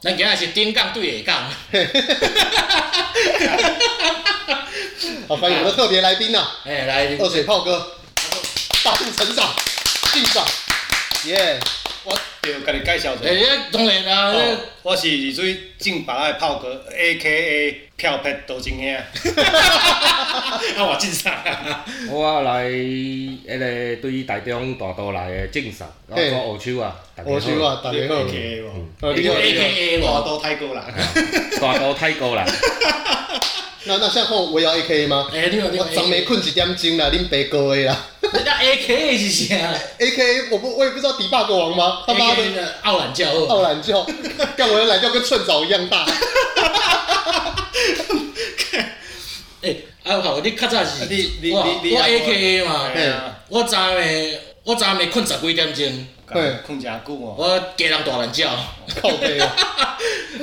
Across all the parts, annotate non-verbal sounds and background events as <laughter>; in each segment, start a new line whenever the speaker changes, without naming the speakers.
咱今仔是顶杠对下杠，
好，欢迎我们的特别来宾呐、啊，
<laughs> 哎，来，
二水炮哥，大陆成长，敬赏，耶、
我就甲你介绍一下，
哎，当然啊，
哦我是二水正白的炮哥，A K A 漂撇杜金兄。
啊，我进上，啊，
我来迄个对台中大道来的敬赏，我
嘿
做澳手啊，大家好
我是，啊，大家好
A，K 哦 A 无？
嗯
呃，你好，
A
你好
K A
大
无，
都泰
<laughs>
国人，
大道太高啦，
那那现在换我要 AK 吗？
<laughs> 哎，你有你有
我昨暝困一点钟啦，恁白哥的啦
<laughs> 人家 A K A 是啥
<laughs>
，AK 我不我也不知道迪霸国王吗？他妈
？A K
的
的傲懒教
傲
哦
恶，
懒叫，干我的懒叫跟寸枣一样大，
哎，啊，好，你较早是，
你你
我
你你
我
啊
A K A 嘛，
哎呀，
我昨暝我昨暝困十几点钟，
嘿
困诚久哦。
我加人大懒
<laughs>
教，
靠背
<laughs>
啊，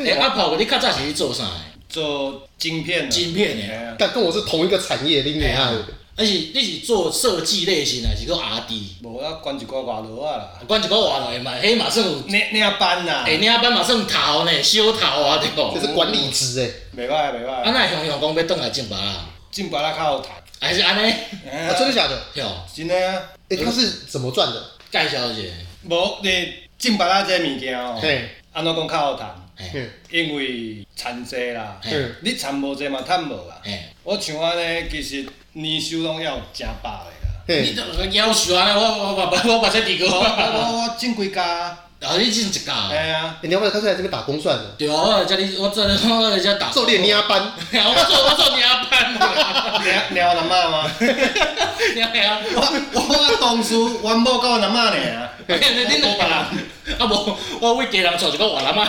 哎，啊，炮，你较早是去做啥的？
做晶片的，
晶片的
嘿啊
干跟我是同一个产业，恁娘的，
啊是你是做设计类型还是个 R D？
无啊，管一个外劳啊啦，
管一个活来嘛，迄嘛算有，
领领班啦，
哎，领班嘛算头呢，小头啊对
这
无？
是管理职哎、
袂歹袂
啊，
歹，
那雄雄讲要倒来正白啊，
进白啦较好趁。
还是安尼？
嘿
哦
啊，
啊
真的假的？
哟，
真的啊，
哎、他是怎么赚的？
介绍一下，
无你进白啦这物件哦
嘿，
安怎讲较好趁？
哎
嗯
因为产济啦，
嗯，
你产无济嘛趁无啊啦。
哎，
我像安尼，其实年收拢要有诚饱的啦。
你
嘿，欸
都夭寿安尼，我我我我我把这地哥，啊
我我进几家，
你真一
哎
家，
呀，
你要不要干脆来这边打工算了？
对啊，我叫你，我做我在遮打，
做练压班，
我做我做领班嘛，
猫猫阿嬷吗？
你啊，
我我同事阮某甲阮阿嬷尔，
你两个人，啊无我为家人做一个活人嘛，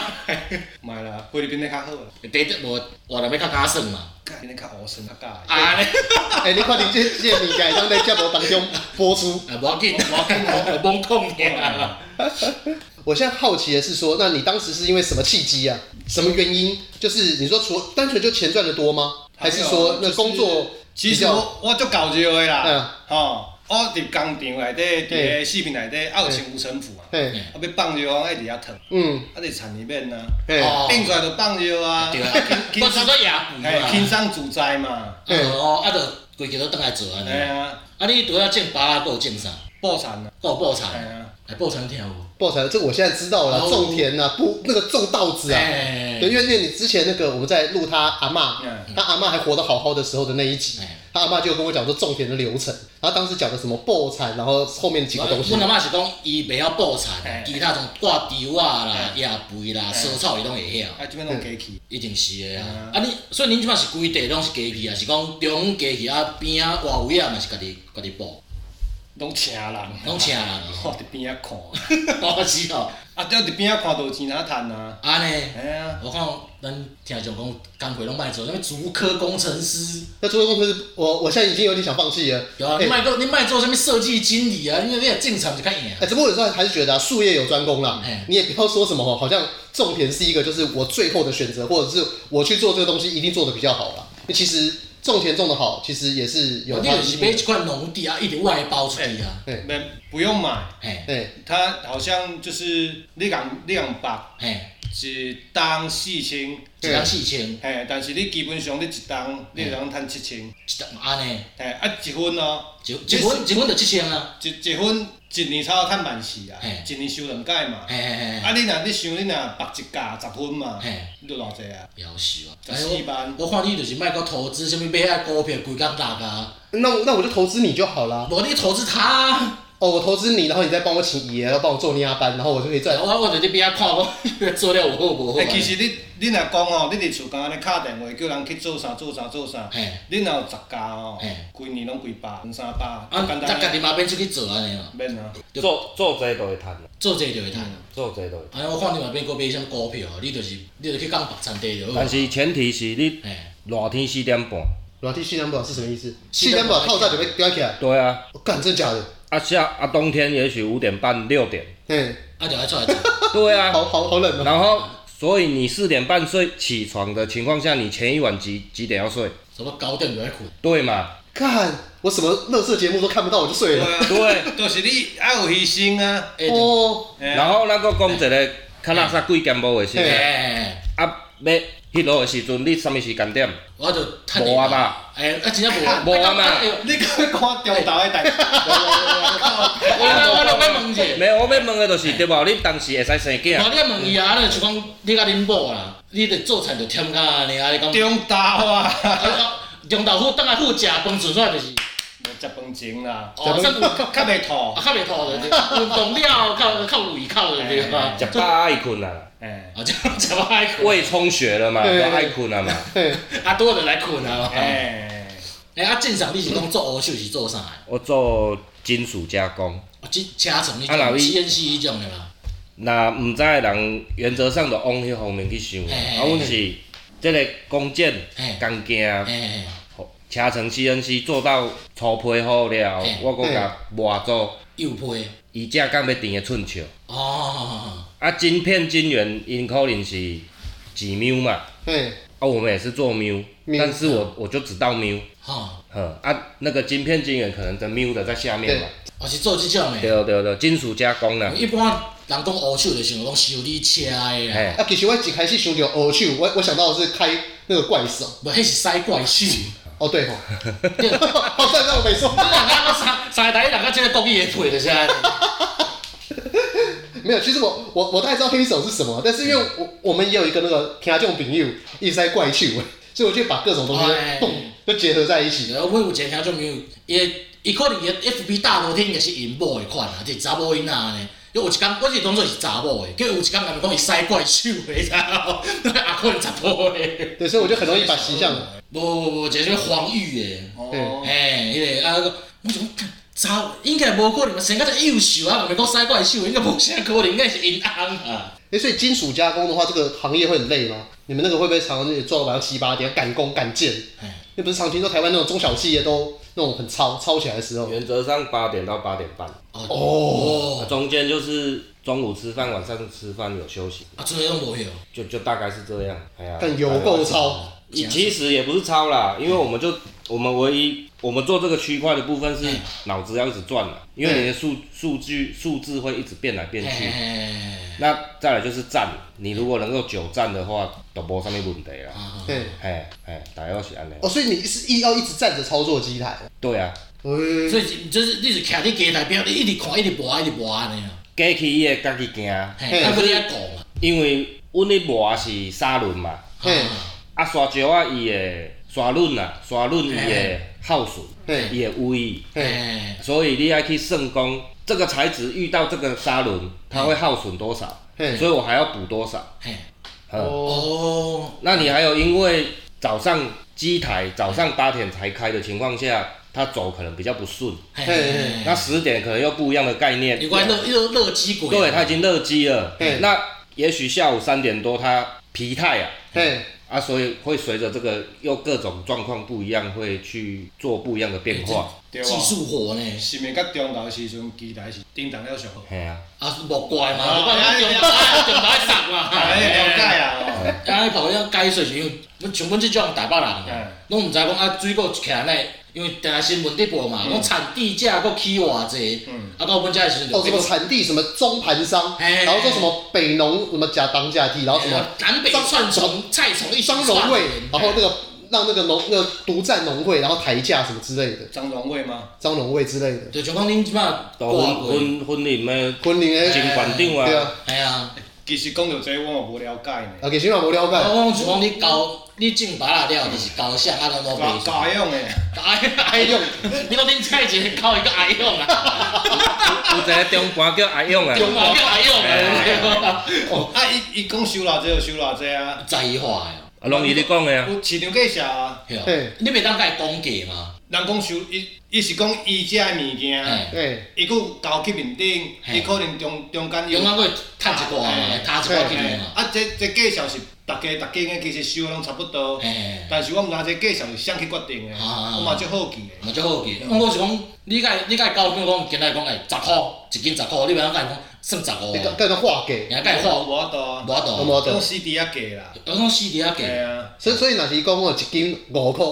卖啦，菲律宾的较好啦，
第一无活人要较加算嘛，
菲律宾较乌酸较假的。
啊尼。
<laughs> 哎、你快点这这个物件，当在节目当中播出。
啊，无要紧，无要紧，我懵控的。
我现在好奇的是说，那你当时是因为什么契机啊？什么原因？就是你说除了单纯就钱赚的多吗？还是说那工作
其
比
实
较
我我足够招的
嗯
啦，吼，我伫工厂内底，伫个视频内底，还有穿无尘服啊，
嘿
啊要放尿，爱伫遐烫，
嗯
啊伫田里面啊，
嘿
哦
顶出来就放尿啊，
对啊，
轻
我做
轻松
做夜盘
哎
嘛。
轻松自在嘛，
嘿
哦，啊，着规家都倒来做安尼。
哎啊，
啊，你除了种芭啊，还有种啥？
布产啊，
还有报
哎
菜，
啊，
哎，报菜听有。
爆产，啊这我现在知道了啦，
哦
种田啊，不那个种稻子啊。
哎
对，因为因为你之前那个我们在录他阿嬷，
嗯
他阿嬷还活得好好的时候的那一集
哎，
他阿嬷就跟我讲说种田的流程，然后当时讲的什么爆产，然后后面几个东西
阮。阿嬷是讲，伊袂晓报菜
哎，
其他像挂稻啊啦、
哎
野肥啦、烧草伊拢会晓，
啊即边拢加起，
一定是的
嗯
啊。
哎
啊，你所以恁即摆是规地拢是鸡皮啊，是讲中鸡皮啊边啊外围啊嘛是家己家己报，
拢请人，
拢请人啊
<laughs> 我伫边仔看，
<laughs> 哦是哦，
啊对，伫边仔看到钱哪趁啊，
安尼。
哎啊，
我看咱听上讲，工课拢莫做，什物足科工程师，
那做公司，我我现在已经有点想放弃了。
对啊，
哎
你莫做，你莫做什物设计经理啊，你你也正常就较赢啊
哎、。只不过有时候还是觉得啊，术业有专攻啦。
哎
你也不要说什么哦，好像种田是一个就是我最后的选择，或者是我去做这个东西一定做的比较好啦。因为其实种田种的好，其实也是有
你
它的
就是
一
买
定
一
的。
块农地啊，一直外包出去啊，
哎
免不用买。
嘿，
哎
他好像就是你讲你讲白
嘿，
一单四千，
一人四千，一
嘿，但是你基本上你一单你能趁七千，
人安尼，
嘿，啊一分哦，
一一分一分就七千啊，
一一分一年差不多趁万四啊
嘿，
一年收两届嘛，
嘿嘿
啊
嘿，
你若你想你若白一价十分嘛
嘿，
你就偌济啊，
夭寿啊！
十四万
我我看你就是莫搁投资什物买遐股票，规工落啊，
那我那我就投资你就好啦。
无你投资他啊，
哦，我投资你，然后你再帮我请爷，要帮我做尼亚班，然后我就可以赚。
我我就伫边仔看我 <laughs> 做了有好无好啊
诶，。哎其实你你若讲吼，你伫厝间安尼敲电话叫人去做啥做啥做啥
嘿，
你若有十家吼
嘿，
规年拢几百两三百，
啊，
简
咱家己
单
嘛免出去做安尼哦，
免啊，
做做侪都会趁啦，
做者就会趁啊。
做侪都会。
安尼我看你嘛变搁买什么股票，哦你就是你就去讲白产地就好啊
但。是前提是你
哎，
热天四点半。
裸体蓄量宝是什么意思？
蓄
蓄
量
量
宝
宝套在准备飙起来，
对啊，
我干、真假的？
啊夏啊冬天也许五点半六点。
嗯，
啊就爱 <laughs> 出来做。
对啊，
<laughs> 好好好冷哦、
然后所以你四点半睡起床的情况下，你前一晚几几点要睡？
什么九点就爱困，
对嘛？
看我什么乐色节目都看不到，我就睡
对
了。
啊，
对。
就是你爱有牺牲啊，
哎，
哦，
嘿啊
然后咱佫讲一个较垃圾鬼兼无的时
嘿
阵，
嘿，
啊，要迄落的时阵，你啥物时间点？
我就趁
无啊吧，
哎，啊真正无，
<laughs> 无啊嘛
哎
你敢要看中头的代志？
我我我就要问者，
没有，我要问的就是对无？你当时会使
<laughs>
生
无
囝？
你要问伊啊，就是讲你甲恁某啦，你著做菜著忝甲安尼，啊你讲，
中头啊，
啊中昼好等下好食饭，顺续就是，
无食饭前啦，
哦，算有。
较袂吐
啊，。较袂吐就是运动了，较较有胃口就对吧？
食饱爱困啊，
哎
<laughs> 啊，食食饱爱困，
胃充血了嘛，
对
就
对对
爱困啊
<laughs>
嘛。
嘿，
啊多就来困啊。哎，
哎，
啊，正常你是讲做黑手是做啥的？
我做金属加工，
啊，即车床迄
啊老
种
伊
CNC 迄种的嘛。
那毋知的人原则上就往迄方面去想。
嘿
啊，阮是即个弓箭
嘿、
钢架、
哎，
车床 CNC 做到粗胚好了
嘿，
我阁甲磨做
右配。
伊正讲要甜的寸尺。
哦，
啊，晶片晶圆因可能是几缪嘛，
嘿，
啊，我们也是做缪，
缪
但是我我就只到缪，
吼，
呵，啊，那个晶片晶圆可能的缪的在下面嘛，
我是做即种
对
的。
对对，金属加工啦，
一般人讲黑手就想讲修理车的啦，
嘿，
啊，其实我一开始想到偶手，我我想到的是开那个怪手。
无迄是使怪手。
哦，对吼，
对，你
好在让我没说，
人家三三台，人家即个国语的配就是安尼。
没有。其实我我我大概知道黑手是什么，但是因为我我们也有一个那个听众朋友一直在怪手， <laughs> 所以我就把各种东西
哎
都蹦就结合在一起。
然后我有一个听众朋友，伊伊可能伊 FB 大头天也是因某的款啊，就是查某囡仔呢。伊有一工，我是当做是查某的，叫有一工人讲伊使怪手的，你知道无？阿坤查甫的，
对，所以我就很容易把形象，
无无无，一个什么黄玉的。
哦，
嘿，迄个啊，我想讲，查应该无可能，生甲遮幼秀啊，毋是讲使怪秀，应该无啥可能，应该是因翁啊。
哎，所以金属加工的话，这个行业会很累吗？你们那个会不会常常就做到晚上七八点，赶工赶件？
嘿
那不是常听说台湾那种中小企业都那种很操操起来的时候，
原则上八点到八点半，啊
哦，
中间就是中午吃饭，晚上吃饭有休息，
啊，做个拢无休，
就就大概是这样，哎呀，
但有够操。
你其实也不是抄啦，因为我们就我们唯一我们做这个区块的部分是
嗯
脑子要一直转啦，因为你的数数据数字会一直变来变
嘿
去
嘿。嘿
那再来就是站，你如果能够久站的话，就无啥物问题啦。
啊
对，
嘿，嘿，大概是安尼。
哦，所以你是一要一直站着操作机台。
对啊，
嗯，
所以是就是你是徛伫街台边，你一直看，一直磨，一直磨安尼啊。
过去伊会家己行，
嘿，啊，佮你遐讲嘛，
因为阮咧磨是砂轮嘛，
嘿，
啊砂石啊伊会砂轮啊，砂轮伊会耗损，
嘿
伊会微。
嘿，
嘿，
所以你要去算讲这个材质遇到这个砂轮，它会耗损多少，
嘿
所以我还要补多少。
嘿，
嗯，
哦，
哦，
那你还有因为早上机台早上八点才开的情况下，它走可能比较不顺，
嘿
嘿嘿
嘿，
那十点可能又不一样的概念。
有关乐乐乐基鬼，
对，它已经热机了
嗯，
那也许下午三点多它疲态啊。
嘿，
啊，所以会随着这个又各种状况不一样，会去做不一样的变化。
对
技
无？
术活呢，
是咪到中头时阵，期待是叮当了上好。
嘿啊，
啊，莫怪嘛，莫
哦
怪咱中台中台上嘛，
哎，了解啊，哦
啊，你头先解说是因为阮像阮即种台北人啊
嗯，
拢毋知讲啊水果徛来，因为定新闻伫报嘛，讲产地价搁起偌济，啊到阮遮的时阵
哦，
就
什么产地什么中盘商，
嘿
然后说什
哎
么北农什么假当假地，然后什么
啊南北串从菜从哎一起哎
双荣会，然后那
个
个让那个农那个独占农会，然后抬价什么之类的，
张荣惠吗？
张农会之类的，
就像讲恁即摆
都婚婚婚礼咩
昆凌
金
诶，
管定
对
啊，
啊，
哎呀，
其实讲到这，我嘛无了解呢。
啊，给新郎无了
我
解，
讲像讲你交你种芭啦了，就是交啥啊拢无
家
白
家用的，
哎哎
<laughs>
用，你讲恁菜一个交一个哎用啊，
有一个中盘叫阿勇啊，
用啊叫哎用啊，
哎
啊，伊伊讲收偌济就收偌济啊，
<laughs> 在意化的哦，
啊，拢伊咧讲的啊，
有市场价钱啊。
对哦
嘿，
你袂当甲伊讲价嘛。
人讲收，伊伊是讲伊遮的物件，
哎，
哎，
伊佫交去面顶，
嘿
伊可能中中间
用啊，我趁一寡嘛，趁一寡去用嘛。
啊，这这介绍是逐家逐家的其实收的拢差不多，
哎，
但是我毋知这介绍是谁去决定的，
啊
我嘛足好奇的。
嘛足好记。我我是讲，你甲你甲伊交，比如讲，今仔讲哎，十箍一斤十箍，你袂当甲伊讲算十五
你
啊，
跟他划给，
然后甲伊
我
画
无法度啊
无，法
有
度。
无
讲
得？
死猪仔价啦，
我讲死伫遐
系
价，
啊，
哦哎所以所以若是讲我一斤五块，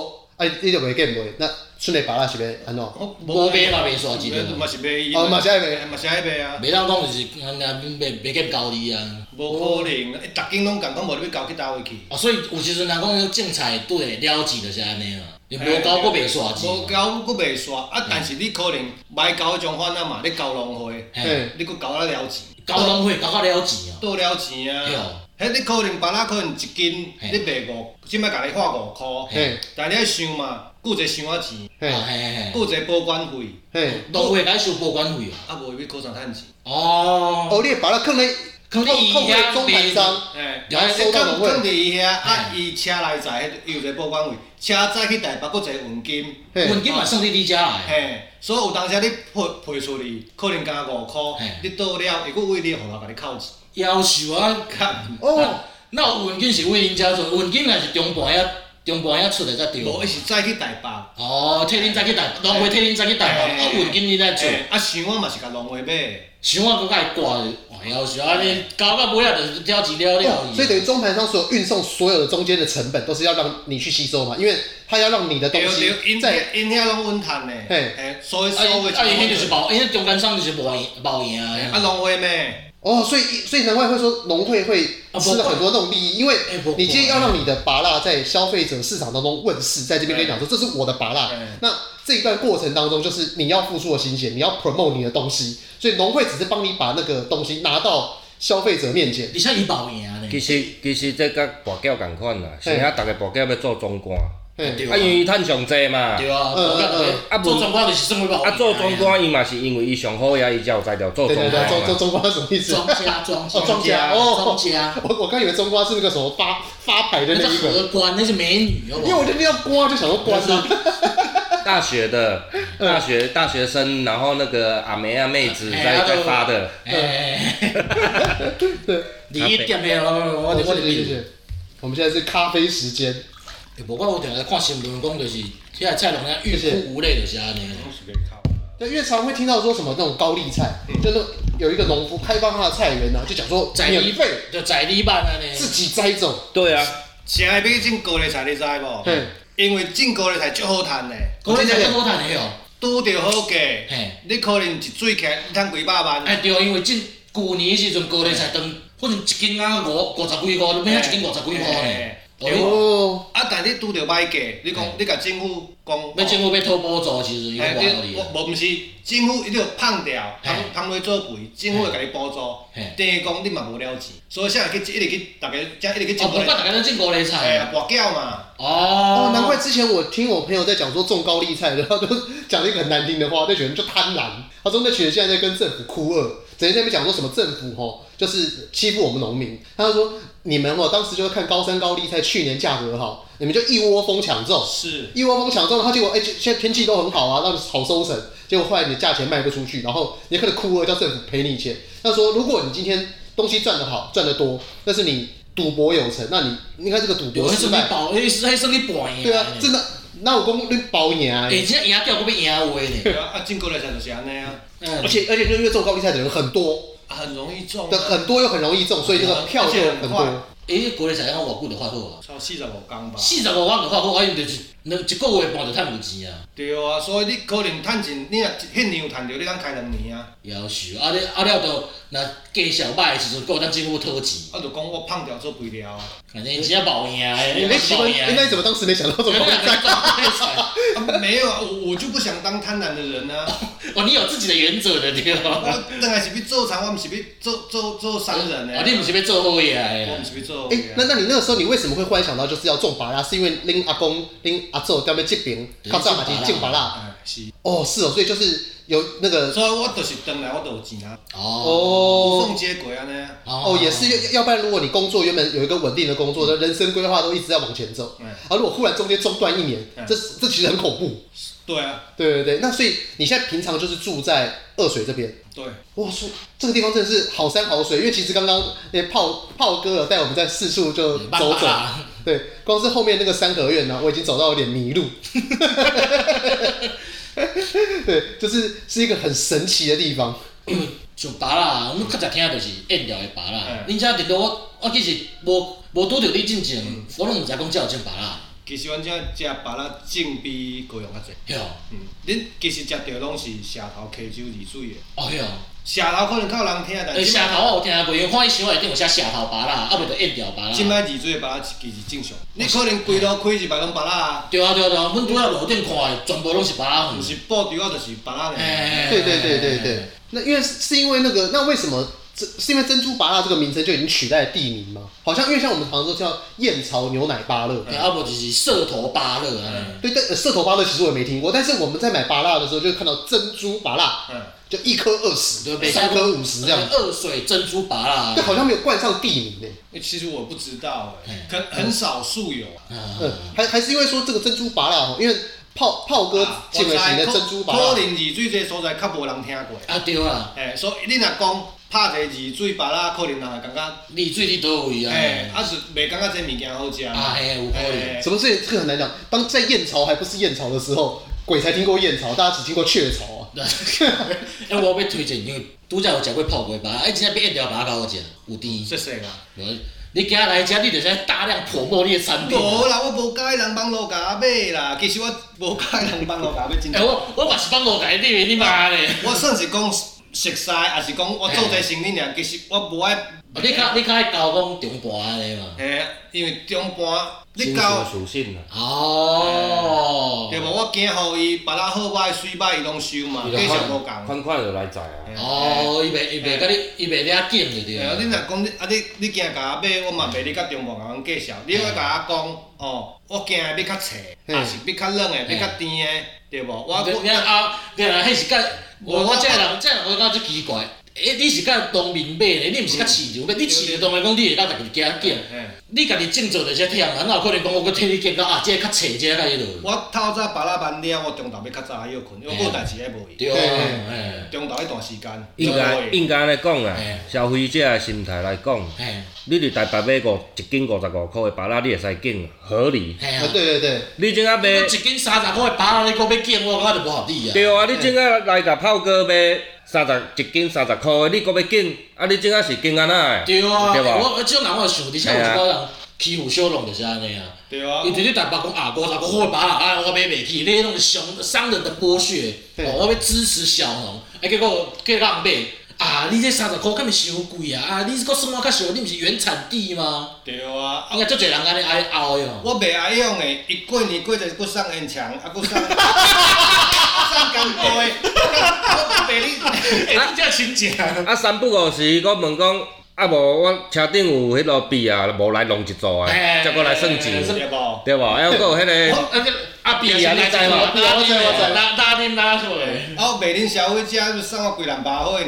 啊，你就袂见卖，那剩的把那是要安怎？
我
无买嘛袂煞钱的嘛
嘛是买，
哦嘛是爱买
嘛是爱买啊，
袂当讲就是安尼袂袂见交你啊。
无可能，哎诶，逐间拢共，讲无你要交去倒位去。
啊，所以有时阵人讲，种菜对了钱就是安尼啊，你无交阁袂煞
无
钱。啊
交佫袂煞，啊！但是你可能莫交迄种番啊嘛，你交浪费，
嘿，
你佫交啊了钱，
交浪费交到了钱哦。
倒了钱
对
啊
哦！
迄你可能别啊，可能一斤
嘿
你卖五，即摆甲你花五
哎
箍
嘿，
但你爱想嘛，顾者箱仔钱，
嘿
啊，嘿嘿嘿，
顾者保管费，
嘿，
浪费该收保管费哦。
啊无伊要考上趁钱，
哦，
哦，你把它放在
放在伊
放在
遐
中盘商，
哎，
然后
收到浪
放
费
放伫伊遐，啊，伊车来载，迄又一个保管费，车载去台北佫一个运金，
嘿，
本金嘛算伫你遮来。
嘿，所以有当时啊你赔赔出去，可能加五箍
嘿，
你倒了，会佫为你互人甲你扣
<laughs>
钱，
夭寿啊！
较。
哦，
那有运金是为因遮做，运金也是中盘遐中盘遐出来才对。
无，伊是再去台北，
哦，替恁再去台，浪费替恁再去台北，啊，运金你来做。
嘿啊，想我嘛是甲浪费买，
想我搁甲伊挂，哎呀，是安尼交到尾啊，就是了钱了了
哦
去。
所以等于中盘商所有运送所有的中间的成本都是要让你去吸收嘛，因为他要让你的东西
因
在，
遐因遐拢稳趁嘞，
嘿
嘿，所以
啊，
所有
伊啊，伊迄就是无，伊迄中间商就是无赢，无赢啊。
啊浪费买，
哦，所以所以难怪会说农会会
啊
吃了
不会
很多那种利益，因为
哎不
你今天要
不
让你的拔蜡在消费者市场当中问世，在这边跟你讲说这是我的拔蜡
哎，
那这一段过程当中就是你要付出的心血，你要 promote 你的东西，所以农会只是帮你把那个东西拿到消费者面前，
而且伊无赢呢
其。实其实这甲跋筊共款啦，是啊，逐个跋筊要做总官，啊，
嘿
对
因为伊趁上济嘛，
对啊，
嗯嗯嗯
啊，做总管就是算会无
啊，做总
官，
官伊嘛是因为伊上好呀，伊才有才调做
对
总
对
官
对，中
嘛
中。中瓜什么意思？
庄家，庄家，
哦庄家哦
庄家，
我我刚以为中瓜是那个什么发发牌的
那
那
是
一个，
荷官，那是美女哦。
因为我就听到瓜就想到瓜啊，
大学的大学大学生，然后那个阿梅啊妹子
哎
在
啊
在
都
发的，
哎，
对，
你一点的哦，我
哦
我
谢
我
谢谢谢。我们现在是咖啡时间，
无我有定在看新闻讲，就是现在菜农啊欲哭无泪，就是安尼。
拢是袂扣。
对，因为常会听到说什么那种高丽菜，
嗯
就那种有一个农夫开放他的菜园啊，就讲说
宰
免
你
费
就宰你办安尼。
自己栽种，
对啊，
谁爱买种高丽菜，你知
哦
无
嘿？
因为种高丽菜足好趁嘞，
讲你才较好趁的哦。
拄着好价
嘿，
你可能一水起来，你趁几百万，
哎对，因为即旧年时阵高丽菜当，可能一斤啊五五十几箍，你买啊一斤五十几箍呢。哦，
哦，
啊，但你拄着歹价，你讲
嘿
你甲政府讲，
要政府要讨补助，其实伊
哎，
有道理
你
啊。
无无毋是，政府伊着放掉，
嘿
放放落做肥，政府会甲你补助
嘿，
等于讲你嘛无了钱，所以才会去一直去，逐个才一直去
哦，
种
不过
落来，
大家都进高丽
哎
菜
呀
啊。，
跋筊嘛，
哦
哦，难怪之前我听我朋友在讲说种高丽菜，然后都讲了一个很难听的话，那群人就贪婪。他说那群人现在在跟政府哭二，整天在那边讲说什么政府吼，就是欺负我们农民。他就说你们哦，当时就是看高山高丽菜去年价格好，你们就一窝蜂抢
哦
种，
<laughs>
是，
一窝蜂抢种，然后结果哎、现现在天气都很好啊，让你好收成，结果后来你价钱卖不出去，然后你可能哭了，叫政府赔你钱。他说，如果你今天东西赚得好，赚得多，那是你赌博有成，那你你看这个赌
有
博
迄
失
算
败
你，保，迄迄算你半赢。
对啊，真的，那我公你包年啊
哎，，这赢掉，搁要赢话呢。
对啊，啊，种高丽菜就是安尼啊，
嗯
而。且而且就因为种高利贷的人很多，
啊很容易种
的
啊，
很多又很容易中，所以这个票就很
而且很
多
快。
诶，高丽菜我偌久就发好啊？
超四十五工吧，
四十五万就发好，啊，伊就是两一个月半就趁有钱啊。
对啊，所以你可能趁钱，你若现量趁着，你通开两年啊，
夭寿啊！你啊了，就若计小歹的时阵，搁有咱政府讨钱，
啊，就讲我胖掉做肥料，啊，
反正只无赢的，你
哎，奇怪，
无赢
哎，那
的。
你怎
<laughs>
么当时没想到种
原
高利
来
贷？
你是高 <laughs> 丽菜
没有啊，我我就不想当贪婪的人啊，
哦，你有自己的原则的对吧？
我当然是要做厂，我毋是要做做做商人
啊，
诶，
你毋是要做好业
我
的，
毋
啊
是要做，啊
哎、那那你那个时候你为什么会忽然想到就是要种芭拉？是因为恁阿公、恁阿祖在那边这边，靠上马去种芭拉？
哎是。
哦，是哦，所以就是有那个
所以我就是回来，我就有钱啊，
哦，
无
哦
缝接轨安尼啊。
哦，嗯也是，要要不然如果你工作原本有一个稳定的工作，那人生规划都一直在往前走，
嗯
而如果忽然中间中断一年
嗯，
这这其实很恐怖。
对啊，
对对对，那所以你现在平常就是住在二水这边。
对，啊
哇，说这个地方真的是好山好水，因为其实刚刚那炮炮哥有带我们在四处就
慢
走
慢
走，
啦
对，光是后面那个三合院呢、我已经走到有点迷 <laughs> 路。对，就是是一个很神奇的地方。
因为像芭啦，阮较早听的就是演料的芭啦。
嗯
嗯
恁遮伫倒我，我其实无无拄着你进前，我拢毋知讲遮有种芭啦。
其实阮遮食巴拉种比高雄较济。
对哦，
嗯，恁其实食着拢是社头溪州二水的，
哦对哦。
社头可能较有人听，啊但
诶，
即
下
摆
哎头啊我有听过，因为看伊想内顶有写下头巴啦，啊袂着硬掉巴啦。
即摆二水的巴拉其实正
啊
常。你可能规路开一排拢巴拉啊，
对啊对啊对啊，阮拄仔路顶看的全部拢是巴拉
毋
园。
是布条啊，就是巴拉的。
哎
对对对对对。那因为是是因为那个，那为什么这是因为珍珠芭乐这个名称就已经取代了地名吗？好像因为像我们常常都叫燕巢牛奶芭乐，
对啊，无就是社头巴乐啊。
对，但呃社头芭乐其实我也没听过，但是我们在买芭乐的时候就看到珍珠芭乐，
嗯，
就一颗二十
对，，
哎
嗯
三颗五十这样子，
二水珍珠啊巴啦
<laughs> 就。好像没有冠上地名呢。
欸其实我不知道诶
嗯，
可很少数有啊。
嗯
嗯，还还是因为说这个珍珠芭乐哦，因为炮炮哥
啊
进了型的珍珠芭
可
乐，
能二水这个所在较无人听过。
啊对啊，
诶，所以你若讲拍一个二水巴拉，可能人会感觉，
丽水伫倒位
诶，
哎
啊？
啊是袂感觉这物件好食。
啊嘿，有可能。
诶
什么事情这个很难讲。当在燕巢还不是燕巢的时候，鬼才听过燕巢，大家只听过雀巢啊。
<laughs> 哎，我要推荐，因为拄则有食过泡粿吧，哎，真正变硬条吧较好食，有甜。
谢谢啊。
无你今仔来遮，你就是要大量泼墨你的产品。
无啦，我无教人网络甲买啦，其实我无教人网络甲买真
哎、
正。
我我嘛是放落来你你妈嘞！
我算是讲熟识，也是讲我做者生理尔，其实我无爱。
哦你较你较爱交讲中盘安尼嘛？
嘿，因为中盘你
亲
交
情属性啊，
哦，
对无？我惊互伊别啊好歹水歹伊拢收嘛，
伊
计上无
就
共
款。款款就来载啊。
嘿
哦，伊袂伊袂甲你伊袂了紧就对
对啊，
了
你。若讲你啊，你你惊甲我买，我嘛袂你甲中部甲阮介绍。
嗯
你要甲我讲，哦，我惊的要较脆，
嗯
也是要较软的，
嗯
要较甜的，对无？我
我你
我
看啊，你若迄是甲我我这人这人我感觉真奇怪。诶，你是甲农民买的，你毋是甲市场买。你市场当然讲你会甲家己加减，
嘿
你家己种做就遮忝啊，哪有可能讲我搁替你减到啊？这个较脆，这个较迄落。
我透早巴拉班了，我中昼要较早休困，因为我有代志要无闲。
嗯对啊，哎
中昼迄段时间，
应该
就无闲
应该安尼讲啊
嘿，
消费者的心态来讲，
哎
你伫台北买五一斤五十五块的芭拉，你会使拣合理。
哎
啊
啊，！
对对对，
你怎啊买
一？斤三十块的包，你讲要减，我感觉就无合理啊。
对啊，你怎啊来甲炮哥买三十一斤三十块的，你搁要拣？啊，你怎啊是拣安那的？
对哎啊，
对吧
我我这种人我就想，而且有一寡人欺负小农就是安尼啊。
对啊
伊，直接台北讲啊，五十五块把啦，啊，我买袂起，你迄种商商人的剥削，
对
哦，我要支持小农，啊，结果叫人买，啊，你这三十块敢毋伤贵啊？啊，你搁算我较俗，你毋是原产地吗？
对啊。
应该足侪人安尼安尼拗哟。
<laughs> 我袂爱用诶，伊过年过节佫送烟肠，啊佫
<laughs>
送送干锅诶，我袂
<laughs>
你。
哎，你这真 <laughs> 正。
啊，三不五时，我问讲，啊无我车顶有迄落币啊，无来弄一组的，
哎
再过来算
哎哎
钱，
对无？
对无？啊，还有迄 <laughs> 个，
啊，这阿比啊，你知哎嘛？拉拉恁拉出来。
啊，我袂恁消费者就送我几两包火尔，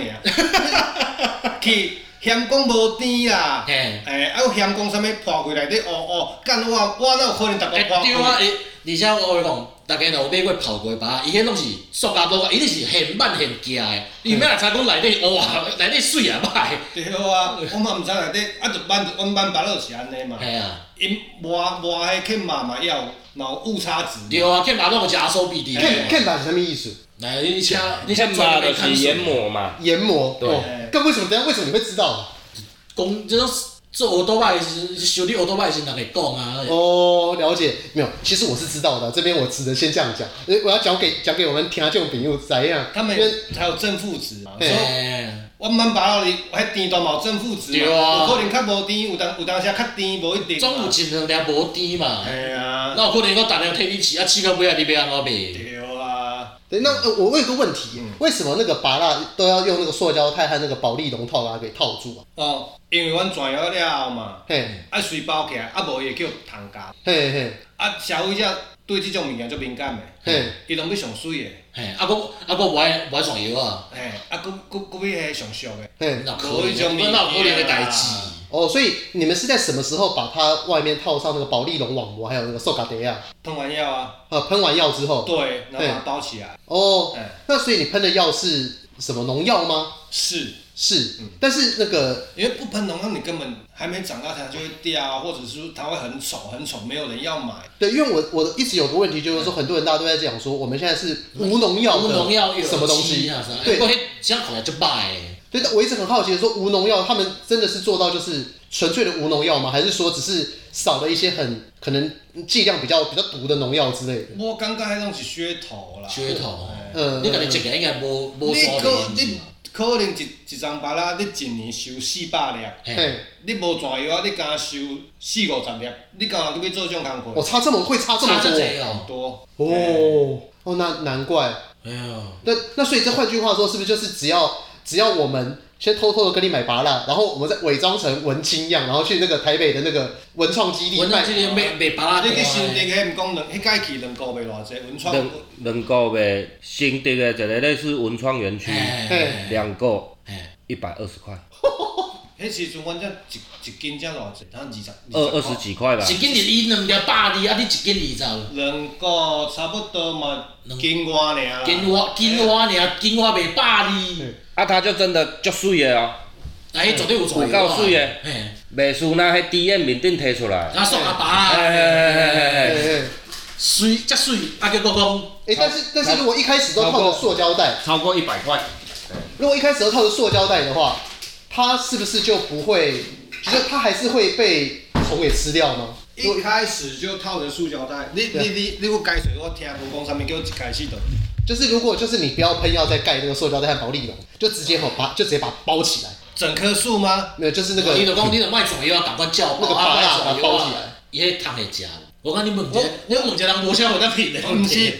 <laughs>
去嫌讲无甜啦，
嘿
诶，啊又嫌讲啥物破开内底乌乌，哦干我我哪有可能逐
哎，
个破
对啊，
开？
诶，而且我讲，大家若有买过泡粿吧，伊迄拢是塑胶袋，伊就是现挽现寄的，伊毋要来查讲内底哇，内底水啊歹，
对啊，我嘛毋知内底，啊就班阮班班落是安尼嘛，
嘿啊，
因外外迄欠嘛嘛要有嘛有误差值嘛。
对啊，欠马拢有一阿手臂伫。
看看法是什么意思？
来，你请你
欠
请
嘛就是研，磨嘛，
研磨。
对
哦干为什么？等一下为什么你会知道？
讲这种做奥多拜是修理奥多拜是人会讲啊，
哦，了解，没有，其实我是知道的，这边我只能先这样讲，呃我要讲给讲给我们听啊众朋友怎样，
他们
因为
才有正负值嘛，所
嘿
以
哎，
我们巴落去，迄甜度嘛有正负值嘛，
对啊
有可能较无甜，有当有当时较甜，无一定嘛。
总有一两粒无甜嘛，
哎啊，
那有可能我逐日替你饲，啊，饲到尾啊，你要安怎卖？
对啊，
对，那呃我问一个问题，
嗯
为什么那个拔蜡都要用那个塑胶袋和那个保利龙套把它给套住啊？
哦，因为阮转药了后嘛，
嘿，
啊随包起来，啊无伊会叫虫咬，
嘿嘿
啊消费者对即种物件足敏感的，
嘿，
伊拢要上水的，
嘿，啊，佫啊，佫无爱无爱上药啊，
嘿，啊佫佫佫要迄上俗的，
嘿，
那可能，那
啊
有可能的代志。
哦，所以你们是在什么时候把它外面套上那个保利龙网膜，还有那个塑胶袋啊？
喷完药啊，
呃，喷完药之后，
对，然后把它包起来，
哦，
哎，
那所以你喷的药是什么农药吗？
是。
是，但是那个
因为不喷农药，你根本还没长大，它就会掉啊，或者是说它会很丑，很丑，没有人要买。
对，因为我我一直有个问题，就是说很多人大家都在讲说，我们现在是无农药的
无农药有
什么东西
机啊啥，
对
不过迄这样看起来就歹的。
所以我一直很好奇说无农药他们真的是做到就是纯粹的无农药吗？还是说只是少了一些很可能剂量比较比较毒的农药之类的？
我感觉迄种是噱头啦。
噱头哦
哎
嗯，
你家己一个应该无无
你
所
可
能
你可能一一张巴拉，你一年收四百粒，
嘿，
呃嘿，
你无怎药啊，你敢收四五十粒，你敢有要做这种工
我
课？
差这么会差这么
差这
多
济哦，
多
哦哦，那难怪。
哎呦，
那那所以这换句话说，是不是就是只要只要我们先偷偷的跟你买拔蜡，然后我们再伪装成文青样，然后去那个台北的那个文创基地
我那
卖
这个卖卖巴拉
啊你去新店迄毋讲两，迄届去两个袂偌济，文创
两两个呗，新竹的一个类似文创园区，
哎
两个
哎，
一百二十块，
迄时阵阮才一一斤才偌济，咱二十
二二十，几块吧
一。斤是伊两粒百二，啊你一斤二十，
两个差不多嘛，斤外尔啦。
斤我斤我尔，斤我卖百二，
啊，它就真的足水的哦，
哎绝对有作用
有够水的
嘿，
袂输那迄 D M 面顶摕出来。
啊送阿爸啊，
哎哎哎哎哎，
哎
水遮水，啊结果讲
哎，但是但是如果一开始都套着塑胶袋，
超过一百块。
如果一开始都套着塑胶袋的话，它是不是就不会？就是它还是会被虫给吃掉吗？如
一
果
开始就套着塑胶袋，你
对
你你你有解释我听无讲啥物叫一开始就
就是如果就是你不要喷药再盖那个塑胶袋和保利龙，就直接好把就直接把它包起来，
整棵树吗？
没有就是那个
伊就讲你就卖作药，赶快叫
那个
包
拔蜡
啊，
把它
卖作
包起
药
来
啊，伊迄虫会食。我讲你问一下，你问一下人无啥有得骗的，
毋是，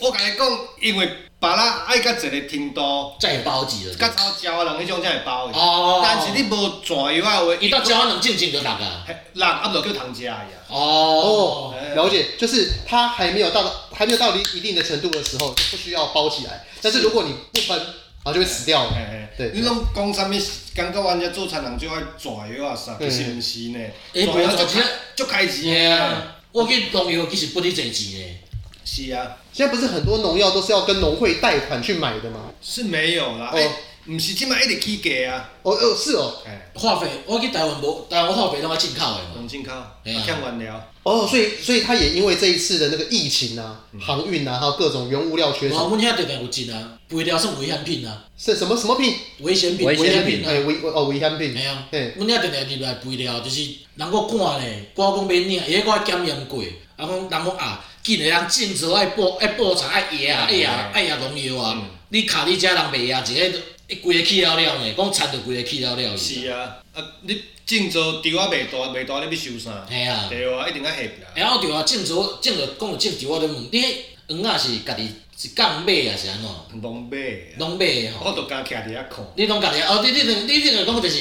我甲你讲，因为巴拉爱甲一个程度，
再包子了。
甲草鸟啊人迄种才会包的。
哦
但是你无怎药啊话，
伊到鸟仔两进前就落啊。
嘿人啊不就叫通食呀。
哦
哦，了解，就是它还没有到还没有到一定的程度的时候，就不需要包起来。但是如果你不分，然后就会死掉了。
嘿
对
嘿，你拢讲啥物？感觉阮遮做餐人就爱怎药啊啥，
嗯
其实毋是呢。
欸
怎药
无
足
怎
开
药
足开
嘿
钱的啊。
啊，我去农药其实不哩侪钱诶。
是啊，
现在不是很多农药都是要跟农会贷款去买的吗？
是没有啦。
哦
哎，毋是即摆一直起价啊。
哦哦，是哦，
嘿，
化肥，我去台湾无，台湾化肥拢爱进口诶嘛。
拢进口，
嘿啊
欠原料。
哦，所以所以它也因为这一次的那个疫情啊、航运啊，还有各种原物料缺
然
少，
后阮遐就定有进啊，肥料算危险品啊，
是什么什么品？
危险品，
危险
险
品
啊
哎，。危哦危险品
嘿。啊，
嘿
阮遐定定入来肥料，就是人个赶咧，赶讲免领，伊迄个检验过，啊讲人讲啊，既然人种植爱布爱布查爱压啊爱压爱压农药啊
嗯，
你卡你遮人袂压，一个一规个去了了呢，讲田就规个去了了。
是啊，啊，你种做稻啊袂大，袂大你要收啥？
嘿啊。
对啊，一定要下病。
然后对啊，种植我种着讲到种植，我咧问你，迄黄啊是家己是讲买啊是安怎？
拢买的啊，
拢买的
我
吼。
都敢徛伫遐看。
你拢家己哦，你你你你这个讲就是，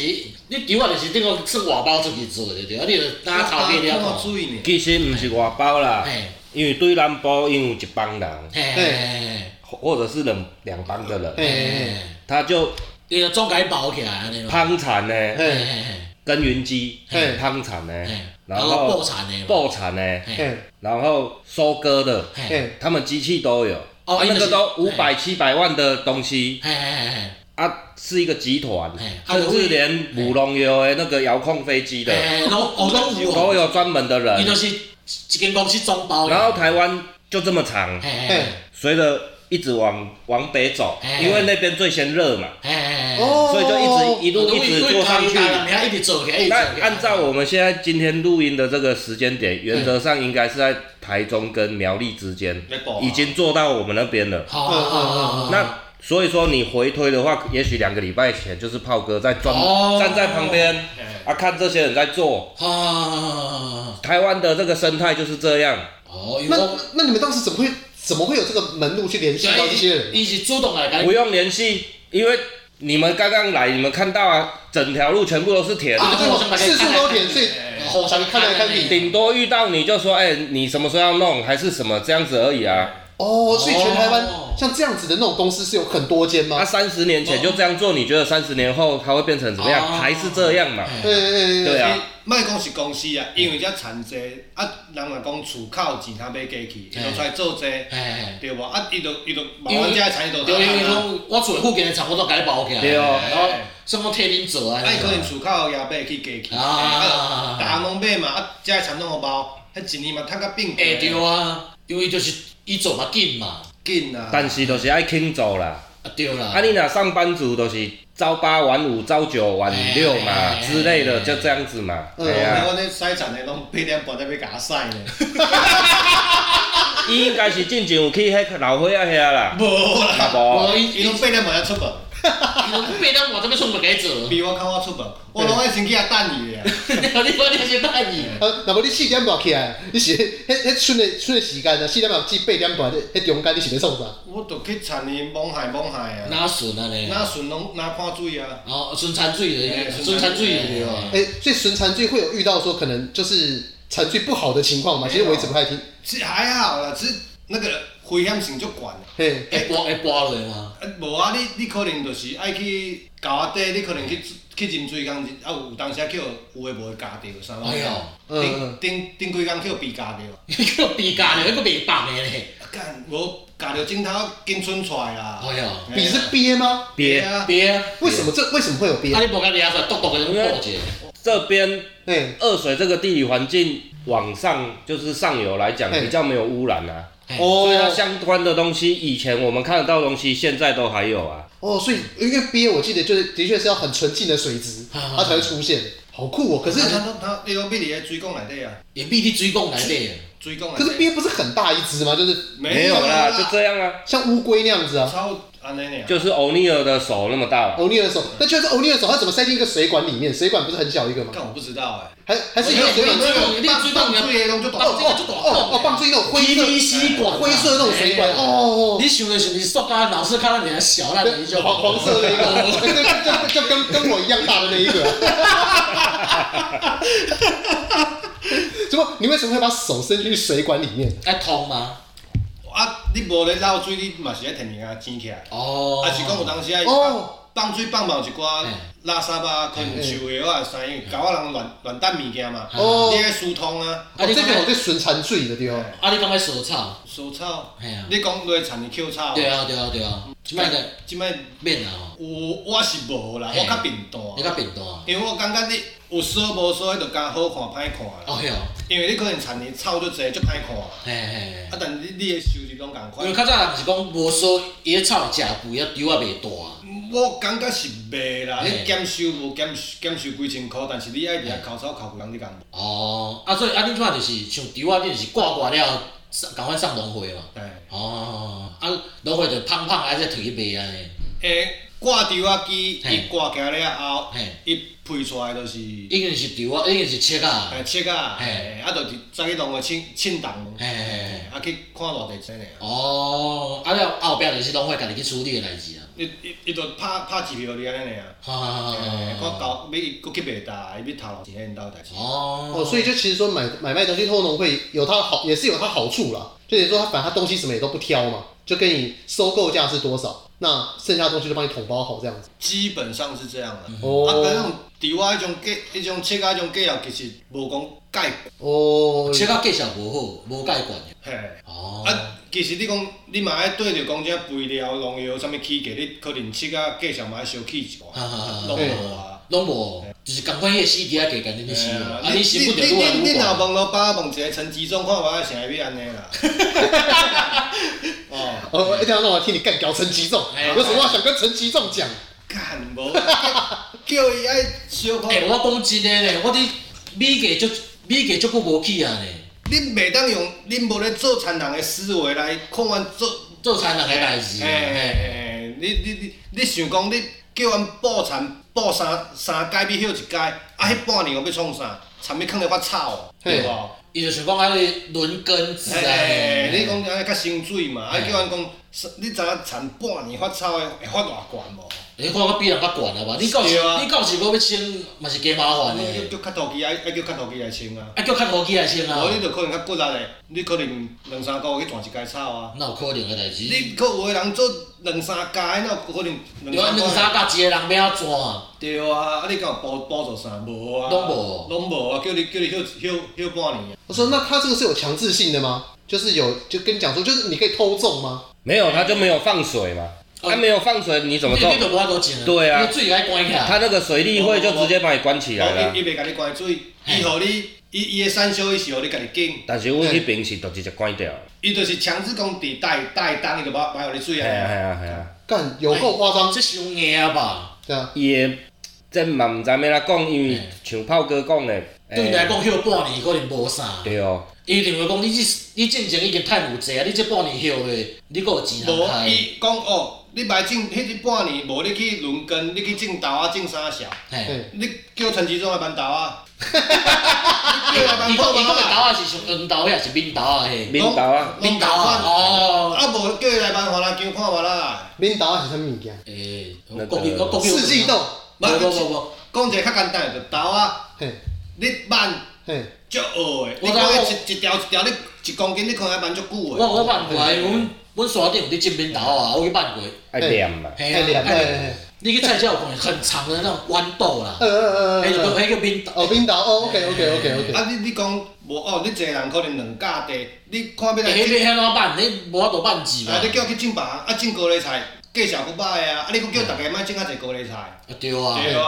你稻啊就是顶个算外包出去做的对啊，你就拿头买了
我
看。
注意呢。
其实毋是外包啦
嘿，
因为对南部因有一帮人，
嘿嘿嘿
或者是两两帮的
嘿
人，
嘿
嘿
嘿，
他就
你就总该包起来安尼嘛。
攀产呢，
嘿
嘿
嘿
耕耘机
嘿，
攀产呢
嘿嘿，，
然
然后
后
爆产的嘛。
爆产呢，
嘿。
嘿
然后收割的，
嘿嘿
嘿
他们机器都有，
哦
啊
因为
那个
是
都五
哎
百七百万的东西
嘿嘿嘿。
啊，是一个集团
哎，啊
甚
容易
至连母农油的那个遥控飞机的
嘿，拢哦拢有
都
哦，
有专门的
伊就
人，
是一间公司总包的。
然后台湾就这么长，
嘿嘿
嘿
嘿
随着一直往往北走，
哎
因为那边最先热嘛，
嘿嘿。嘿
哦，
所以就一直一路一直做上去。
一直做起来，一直
那
做起来。
按照我们现在今天录音的这个时间点，原则上应该是在台中跟苗栗之间
在保啊，
已经做到我们那边了。
好好好好好，
那所以说你回推的话，也许两个礼拜前就是炮哥在专
哦
站在旁边
哎
啊，看这些人在做。
好好好好好好
台湾的这个生态就是这样，
哦，因
那
为
那
我
那你们当时怎么会怎么会有这个门路去联系到这些人？
伊是主动来
不
跟
用联系，因为你们刚刚来，你们看到啊，整条路全部都是铁的
啊，
对我四处都填，所以
你
哎
互相
看来看去
去，
顶多遇到你就说，哎、你什么时候要弄，还是什么这样子而已啊。
哦，所以全台湾
哦
像这样子的那种公司是有很多间吗
他？啊三十年前就这样做，你觉得三十年后它会变成怎么样？
哦
还是这样嘛？
哎
对对对
对
对，
啊，
莫讲是公司啊，因为遮田济，啊，人若讲厝口钱他买过去，伊就出来做济，
哎，
对无？啊，伊就伊就慢慢遮田就
对，因为哎
啊，
讲我厝附近的厂我都改包起来，然后算我替恁做啊，
伊可能厝口也买去过去，
啊
啊，逐项拢买嘛，啊，遮田拢互包，啊迄一年嘛趁甲变
哎对啊，因为就是伊做嘛紧嘛，
紧啊，
但是就是爱轻走啦，
啊对啦，
啊，你若上班族都是朝八晚五、朝九晚六嘛
哎
之类的，就这样子嘛。
嗯
哎呀，
我那筛产的拢八点半才要甲我筛呢， <laughs>
伊应该是进前有去迄老伙仔遐啦，
无啦，
啊无，
无伊
伊
伊
拢八点半才出门，
伊拢八点半才要出门给做，你
比我较我出门，我拢爱先去遐等
<laughs>
伊的啊。
我你是哪伊？
啊，若无你四点半起来，你是迄迄剩的剩的时间啊，四点半至八点半，迄迄中间你是咧创啥？
我著去田里摸海摸海啊，
哪顺啊咧？
哪顺拢哪看水啊，
哦，顺产水
哎
的，顺产水的对吧？
哎、所以纯残醉会有遇到说可能就是残醉不好的情况嘛？其实我一直不太听。
是还好啦，只是那个危险性足悬的。
嘿，
会拔会拔落吗？
啊，无啊，你你可能就是爱去搞仔底，你可能去去啉水工，啊有有当时啊叫有诶无诶夹着啥物
哎呦
事，
嗯
顶顶顶几工叫被夹着，
迄个鼻夹咧，迄个袂放的咧。
啊干无夹着枕头紧伸出来啦。
哎呦，
笔是憋吗？
别
啊，
别啊！
为什么这为什么会有憋
啊？你无甲掠出来，剁剁个就剁者。
这边
哎，
二水这个地理环境往上就是上游来讲
嘿
比较没有污染啊，
哎
所以它
哦
相关的东西以前我们看得到的东西，现在都还有啊。
哦，所以因为憋，我记得就是的确是要很纯净的水质，
啊
它才会出现，好酷哦。可
可
是
是他他他，你讲秘伫诶水管内底啊，
也比你水讲内底啊。
水管
可是
内底
憋不是很大一只吗？就是
没有啦，就这样啊，
像乌龟那样子啊。
超安尼尔。
就是欧尼尔的手那么大，
欧尼尔手，那就是欧尼尔手，它怎么塞进一个水管里面？水管不是很小一个吗？
干我不知道诶，
还还是有水管
没有没有
哦
你的水管
放水诶拢就大
哦
哦
哦
哦哦，放出一种灰色哦
PVC 管啊
灰色那种水管
哎
哦。
你想的是不是塑胶的老师看到你还小，那你就
黄黄色的一个，就就就跟跟我一样大的那一 <laughs> 个。怎么？你为什么会把手伸进去水管里面？
爱通吗？
啊，你无咧漏水，你嘛是爱天然啊钱起来。
哦，
啊，是讲有当时啊，
哦
放水放爆一寡
嘿
垃圾啊，可能树叶啊，啥样，搞啊人乱乱抌物件嘛，
哦
你爱疏通啊，
哦，这
你
个
讲的
我最损残罪的地方。
啊，你讲爱手草，
疏草
嘿啊，
你讲落田里捡草，
对啊，对啊，对啊，即摆个
即摆
免啊，
有我是无啦，
嘿
我较平淡，
你较平淡。哦
因为我感觉你有锁无锁，迄就敢好看歹看啦，
嘿哦，
因为你可能田里草足侪，足歹看，啊，
嘿嘿。嘿
但你你的收入拢共
因为
款，
较早人是讲无所，伊个草食肥，啊丢啊袂大。
我感觉是袂啦，
嘿
你减收无减减收几千箍，但是你爱伫遐抠草抠几人，你共无，
哦，啊所以啊，你即摆就是像丢啊，你就是挂挂了，赶快上农会嘛。
哎。
哦，啊农会就胖胖啊，再摕去卖安尼。
诶，挂吊仔机，
嘿
伊挂起了后
嘿，
伊配出来就是
已经是丢啊，已经是切啊。
诶切啊，
嘿
嘿啊，就是再去弄个称称重，
嘿嘿嘿
啊去看偌济钱尔。
哦，啊了后壁就是拢会家己去处理的代志啊。
伊伊伊就拍拍支票你安尼尔，
哈哈哈
嘿看
哈哈。
交要伊佫去袂大，伊要头前因兜代志。
哦。
哦，所以就其实说买买卖东西透农会有它的好，也是有它好处啦。就等于说，它反正它东西什么也都不挑嘛，就跟你收购价是多少，那剩下的东西就帮你统包好这样子。
基本上是这样
嗯
啦。
哦
啊，佮种吊仔迄种计，迄种切啊，迄种计啊，其实无讲介，
哦，
切到介绍无好，无解决。
嘿。
哦。
啊，其实你讲，你嘛爱对着讲遮肥料、农药、啥物起价，你可能切啊价上嘛爱小起一寡
哈哈哈，
拢无啊。
拢无，就是共款迄个死猪仔价，共你死
哎呀
啊，啊你死不着
你
愈来
你
愈
你若
大。
问老爸问一个陈吉仲，看我是会要安尼
<laughs>
啦。哦，
哦，一定要让我替你干掉陈吉仲，
哎
有什么话想跟陈吉仲讲？
干无，叫伊爱小
<laughs>
可，
诶，我讲真诶咧，我伫美价足美价足久无去啊咧，
恁袂当用恁无咧做田人的思维来看阮做
做餐人诶代志。啊
嘿
嘿
嘿嘿你你你你想讲你叫阮报田报三三届比休一届，啊，迄半年我要创啥？田要囥咧发草，
嘿
对无？
伊就想讲安尼轮耕制啊。
哎，
嘿
你讲安尼较省水嘛，啊
嘿
叫阮讲，你知影田半年发草的会发偌悬无？
你看我比人较悬啊吧？你到时
对啊
你到时我要清，嘛是加麻烦
你
诶。
叫叫脚头机爱爱叫脚头机来穿啊，
啊，叫较高级来清啊
无，你就可能较骨力的，你可能两三个月去转一间草啊。
哪有可能诶代志？
你佫有的人做两三家，那有可能
对啊，
两
两
三
三
家。
甲一个人要安怎啊？
对啊，啊你敢有补补助啥？无啊，
拢无
拢无啊，叫你叫你休休休半年啊。
我说那他这个是有强制性的吗？就是有就跟你讲说，就是你可以偷种吗？
没有它就没有放水嘛，
哦
它没有放水你怎么
你
种
你？就无法度种啊。
对啊
你水该关起来。
它那个水利会就直接把你关起来
哦
了
伊。伊袂甲你关水，伊互你伊伊的产销伊是互你家己拣，
但是阮迄边是就直接关掉。
伊就是强制讲伫带带单，伊就无无互你水
系啊系
啊。
啊系啊，
干有够夸张，
这伤硬啊吧？
对啊，
伊的这嘛毋知要哪讲，因为
嘿
像炮哥讲的，
对伊来讲，休半年可能无啥。
对哦，
伊认为讲你即你进前已经趁有济啊，你即半年休的，你搁有钱通
无，
开？
伊讲哦，你卖种迄一半年，无你去轮耕，你去种豆仔，种啥潲？
嘿，
嘿，
你叫陈吉忠来办豆啊？
伊讲伊讲的豆仔是上黄豆，
你叫来办破啊？
遐是面豆仔嘿。
面头啊，
面豆啊，哦。
啊无叫伊来办花篮球看嘛啦。
恁导是啥物件？
诶，
那
我
个
国语我国语
四季豆，
无无无无，
讲一个较简单的，就豆啊，
嘿，
你办
嘿，
足学的，
我
你
知
讲
我
一一条一条，你一公斤你可能办足久
我
的。
我捌过啊，因为阮阮山顶有咧种面豆啊，我去捌过。
爱念嘛，
嘿
嘿，
啊，
两
哎
嘿，
你去菜市有看很长的那种豌豆啦
呃，呃呃
迄
呃
个
呃，
迄个面豆，
哦，冰岛，哦，OK OK OK OK，
啊，你你讲无哦，你一个人可能两架地，你看要来
诶，迄
种，
个遐怎办？你无法度办事嘛
啊，。你叫去种别行，啊，种高丽菜，价钱佫歹啊，啊，你佫叫逐个莫种较济高丽菜，
啊对啊，
对啊，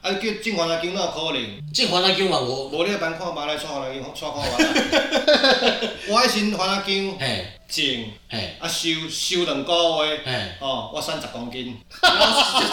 啊，你叫种番仔姜哪有可能？
种番仔姜嘛无，
无你来办看嘛，来带番仔姜，带看嘛啦。
<laughs>
我迄时番仔姜
嘿，
种，
嘿，
啊收收两个月
嘿，
哦，我瘦十公斤。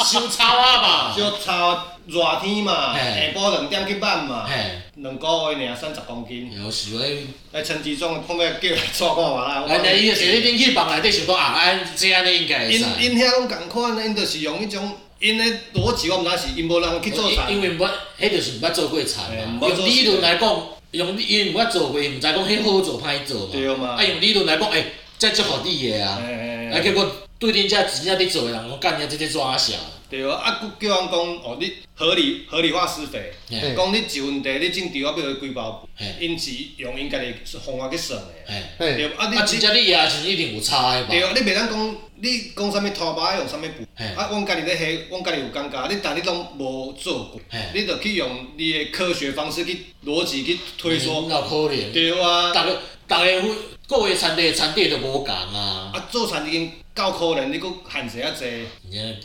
收草啊嘛，
小炒热天嘛，下
嘿
晡两点去挽嘛，
嘿，
两个月尔瘦十公斤。
有时咧，
来陈志忠看要叫来做看嘛啦。啊我
人家伊就是哎你恁去房内底想讲啊，安这安尼应该会
因
使。
因遐拢共款啊的，因就是用迄种因的逻辑，我毋知是因无人去做啥。
因为毋捌，迄就是毋捌做过菜
嘿
嘛
毋。捌
用
做
理论来讲，用因毋捌做过，毋知讲迄好做歹做嘛。
对嘛
啊，用理论来讲，诶，这足合理诶啊。
嘿
啊，结果对恁遮真正伫做诶人，我干你即个抓小。
对啊，啊，佫叫人讲哦，你合理合理化施肥，
嘿
嘿
讲你一份地你种稻啊，要几包
嘿，
因是用因家己方法去算的。
嘿，
嘿，
对啊，你
啊，真正你也是一定有差诶
对
吧？
啊，你袂当讲你讲啥物拖把用啥物布
嘿，
啊，阮家己咧下，阮家己有感觉，你但你拢无做过
嘿，
你著去用你的科学方式去逻辑去推
嗯
说，
有可能。
对啊，
逐个逐个有各个产地的产地都无共啊。
啊做田已经够可能，你佫限制啊济，
而且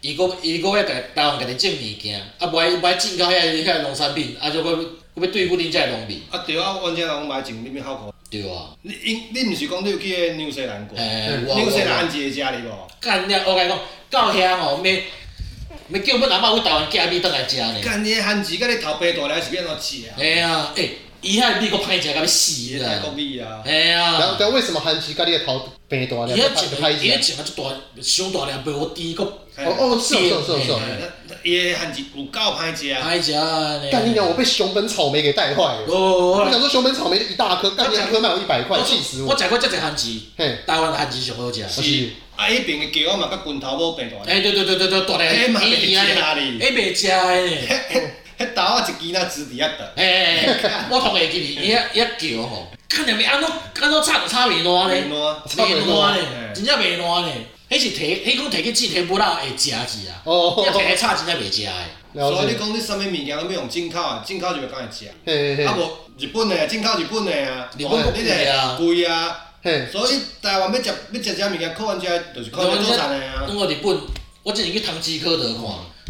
伊个伊个要家台湾家己种物件，啊，无爱无爱进口遐遐农产品，啊，就搁搁要对付恁遮的农民，
啊对啊，阮遮人买种你咪好苦，
对啊。
你因你毋是讲你有去迄纽西兰
嗯哎
过，
诶，我
纽西
我
兰安一个遮哩无？
干了，我甲你讲，到遐吼，要要叫阮阿嬷去台湾寄米倒来食
哎嗯
呢。
干你的番薯甲你头白大粒是要安怎饲啊？
嘿啊，诶，伊遐米阁歹食，甲要死
泰
嗯
国
啦。
米啊，
哎
嘿
然后
啊，
等为什么韩籍咖喱的头白大
伊
呢？
遐
拍
种，伊
一
遐种啊，足大，伤大粒，袂好甜，阁
哦哦，是哦是哦是哦是哦。哎
嘿哎伊的番薯有够歹食。
歹食呢。
干你娘！我被熊本草莓给带坏了。
哦，
我想说熊本草莓一大颗，干你娘一颗卖我一百块，气死
我
我！
食过遮侪番薯，
嘿，
台湾番薯上好食。
是
是，啊，迄边的桥啊嘛，甲拳头无平大
哎，
咧。
对对对对对，大粒哎，袂食诶。
迄豆啊，一支那支伫遐长，
哎，我同会记哩，伊遐伊遐叫吼，看着要安怎安怎插就插袂烂
哎
哎袂
咧。
烂。
袂烂嘞，真正袂烂嘞。迄是摕，迄讲摕去煮，摕不啦会食去啊。
哦
你，摕来炒，真正袂食的。
了
所以你
解。
讲你啥物物件都要用进口啊，进口就袂敢会食。啊
嘿嘿嘿，
无日本的进口日本的啊，
日本国
你
贵啊
贵啊。
嘿，
所以台湾要食要食啥物件，靠咱遮就是靠咱做产的啊。
我日本，我之前去唐吉诃德看，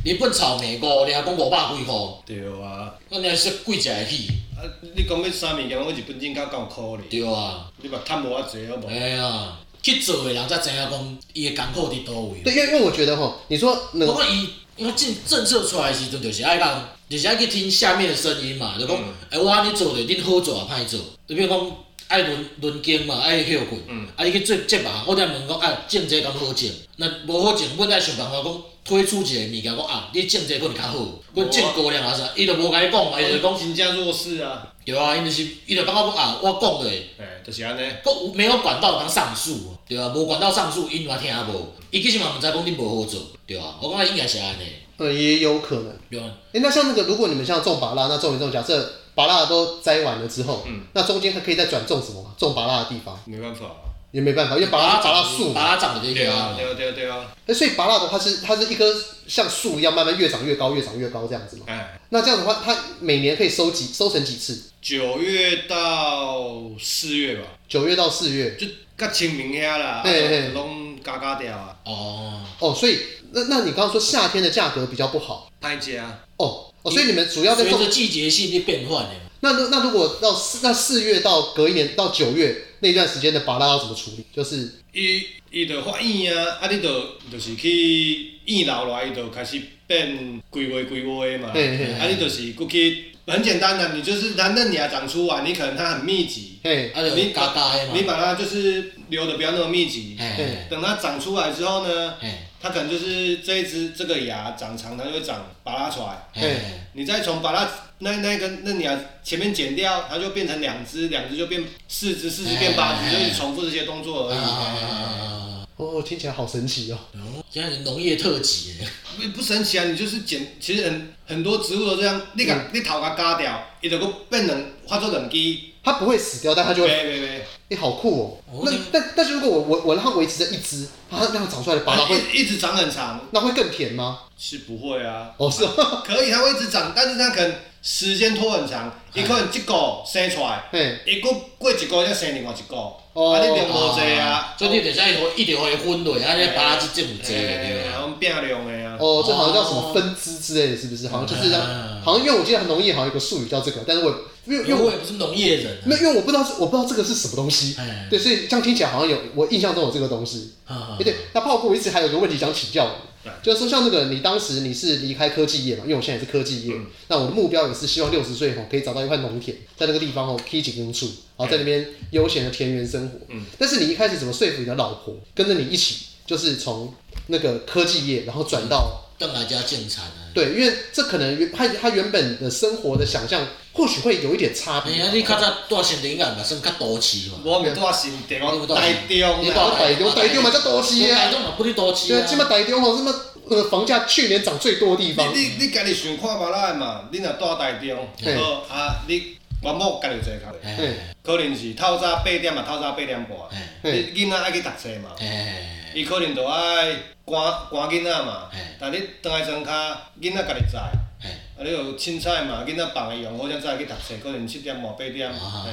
日本草莓五粒讲五百几箍，
对啊，
我你说贵食会起？
啊你讲要啥物件，我日本进口敢有可能？
对啊，
你嘛趁无遐济好无？
哎呀，去做的人才知影讲伊的艰苦伫倒位。啊
对，因为因为我觉得哈，你说那
不
个
过伊因为政政策出来的时阵，就是爱人，就是爱去听下面的声音嘛，就讲，哎、
嗯
我安尼做着，恁好做啊，歹做，就比如讲爱轮轮奸嘛，爱休困，
嗯
啊，你去做节目，我才问讲，啊，种这敢好种？那无好种，阮爱想办法讲推出一个物件，讲啊，你种这可能较好，阮种高粱啊啥，伊就无甲你讲
哎嗯
嘛，伊就讲，
真正弱势啊，
对啊，伊就是，伊就感觉讲啊，我讲的。
哎，就是安尼。
搁有没有管道通上诉，对啊，无管道上诉，因嘛听无，伊其实嘛毋知讲你无好做，对啊，我感觉应该是安尼，
呃也有可能。
对啊。
哎，那像那个，如果你们像种芭拉，那种一种，假设芭拉都摘完了之后，那中间还可以再转种什么吗？种芭拉的地方
没办法啊。
也没办法，因为芭拉芭拉树嘛
把，它长得这
对
个啊，
啊，对啊，对啊，对啊。
哎，所以芭拉的话是它是一棵像树一样慢慢越长越高，越长越高这样子嘛。
哎。
那这样的话，它每年可以收集收成几次？
九月到四月吧，
九月到四月，
就较清明遐啦，啊
嘿嘿
拢加加掉啊，
哦，
哦，所以那那你刚刚说夏天的价格比较不好
歹食啊，
哦哦，所以你们主要在
随
种
着季节性的变换的，
那如那如果到四那四月到隔一年到九月那段时间的拔拉要怎么处理？就是
伊伊着法院啊，啊你着就是去院留落来，伊就开始变规划规划的嘛。
嘿嘿
啊你就是过去，很简单啊的、你就是它嫩芽长出来，你可能它很密集，
嘿，
啊，就
你
加加诶嘛
你，把它就是留的不要那么密集。
嘿嘿
嘿
等它长出来之后呢，
嘿
它可能就是这一只这个芽长长，它就会长拔拉出来。
嘿
嘿
嘿，
你再从把它那那根嫩芽前面剪掉，它就变成两只，两只就变四只，四只变八
哎
只，就是重复这些动
哎
作而
啊啊啊
已。
啊啊！
哦，听起来好神奇哦。
哦，现在是农业特辑耶，
不不神奇啊！你就是剪，其实很很多植物都这样，你甲、你头甲割掉，伊就佫变两化作两枝，
它不会死掉，但它就会，哎、
没没没，
好酷哦。
哦
那
那
但但是如果我我我让它维持着一只，它让它长出来的拔拉会，
一一直长很长，
那会更甜吗？
是不会啊，
哦，是哦，
可以它会一直长，但是它可能时间拖很长，伊可能一个生出来，
<laughs> 嘿，
伊佫过一个再生另外一个，
哦
啊你量无济啊，
哦所以你就是要一直会分落，啊，
哎
你把它即种有济对
哎
啊。
我们变量的啊，
哦，这好像叫什么分支之类的，是不是？好像就是让，
啊
好像因为我记得农业好像有个啊术语叫这个，但是我因为因
因
为
为
我
我也不是农业人
哎没
啊，
有，因为我不知道是我不知道这个是什么东西，
哎
对，所以这样听起来好像有我印象中有这个东西。
啊
哎、对，那泡芙我一直还有个问题想请教你
嗯对，
就是说像那个你当时你是离开科技业嘛，因为我现在也是科技业，
嗯
那我的目标也是希望六十岁吼可以找到一块农田，在那个地方吼劈几根树，然后在那边悠闲的田园生活。
嗯，
但是你一开始怎么说服你的老婆跟着你一起，就是从那个科技业，然后转到、
嗯
邓来家建产啊。
对，因为这可能原他他原本的生活的想象或许会有一点差
哎
别。
呀，你较早住新顶岸嘛，算较都市嘛。
我毋住新店，我
你住
台中
你住
啊，
台中，台中嘛叫多市
台
啊，
中嘛不哩都市
对啊，
啊。
起码台中吼，什么呃房价去年涨最多的地
你
方。
你你家己想看嘛咱的嘛，你若住台中，
嘿
好啊，你原某家己坐较
哎
嘿
可能是透早八点嘛，透早八点半，
哎
你
嘿
囡仔爱去读册嘛，
哎
伊可能就爱赶赶囡仔嘛
嘿，
但你当来床骹，囡仔家己载，啊
哎，
你有凊彩嘛，囡仔放个用好才载去读册，可能七点半八点，
啊
嘿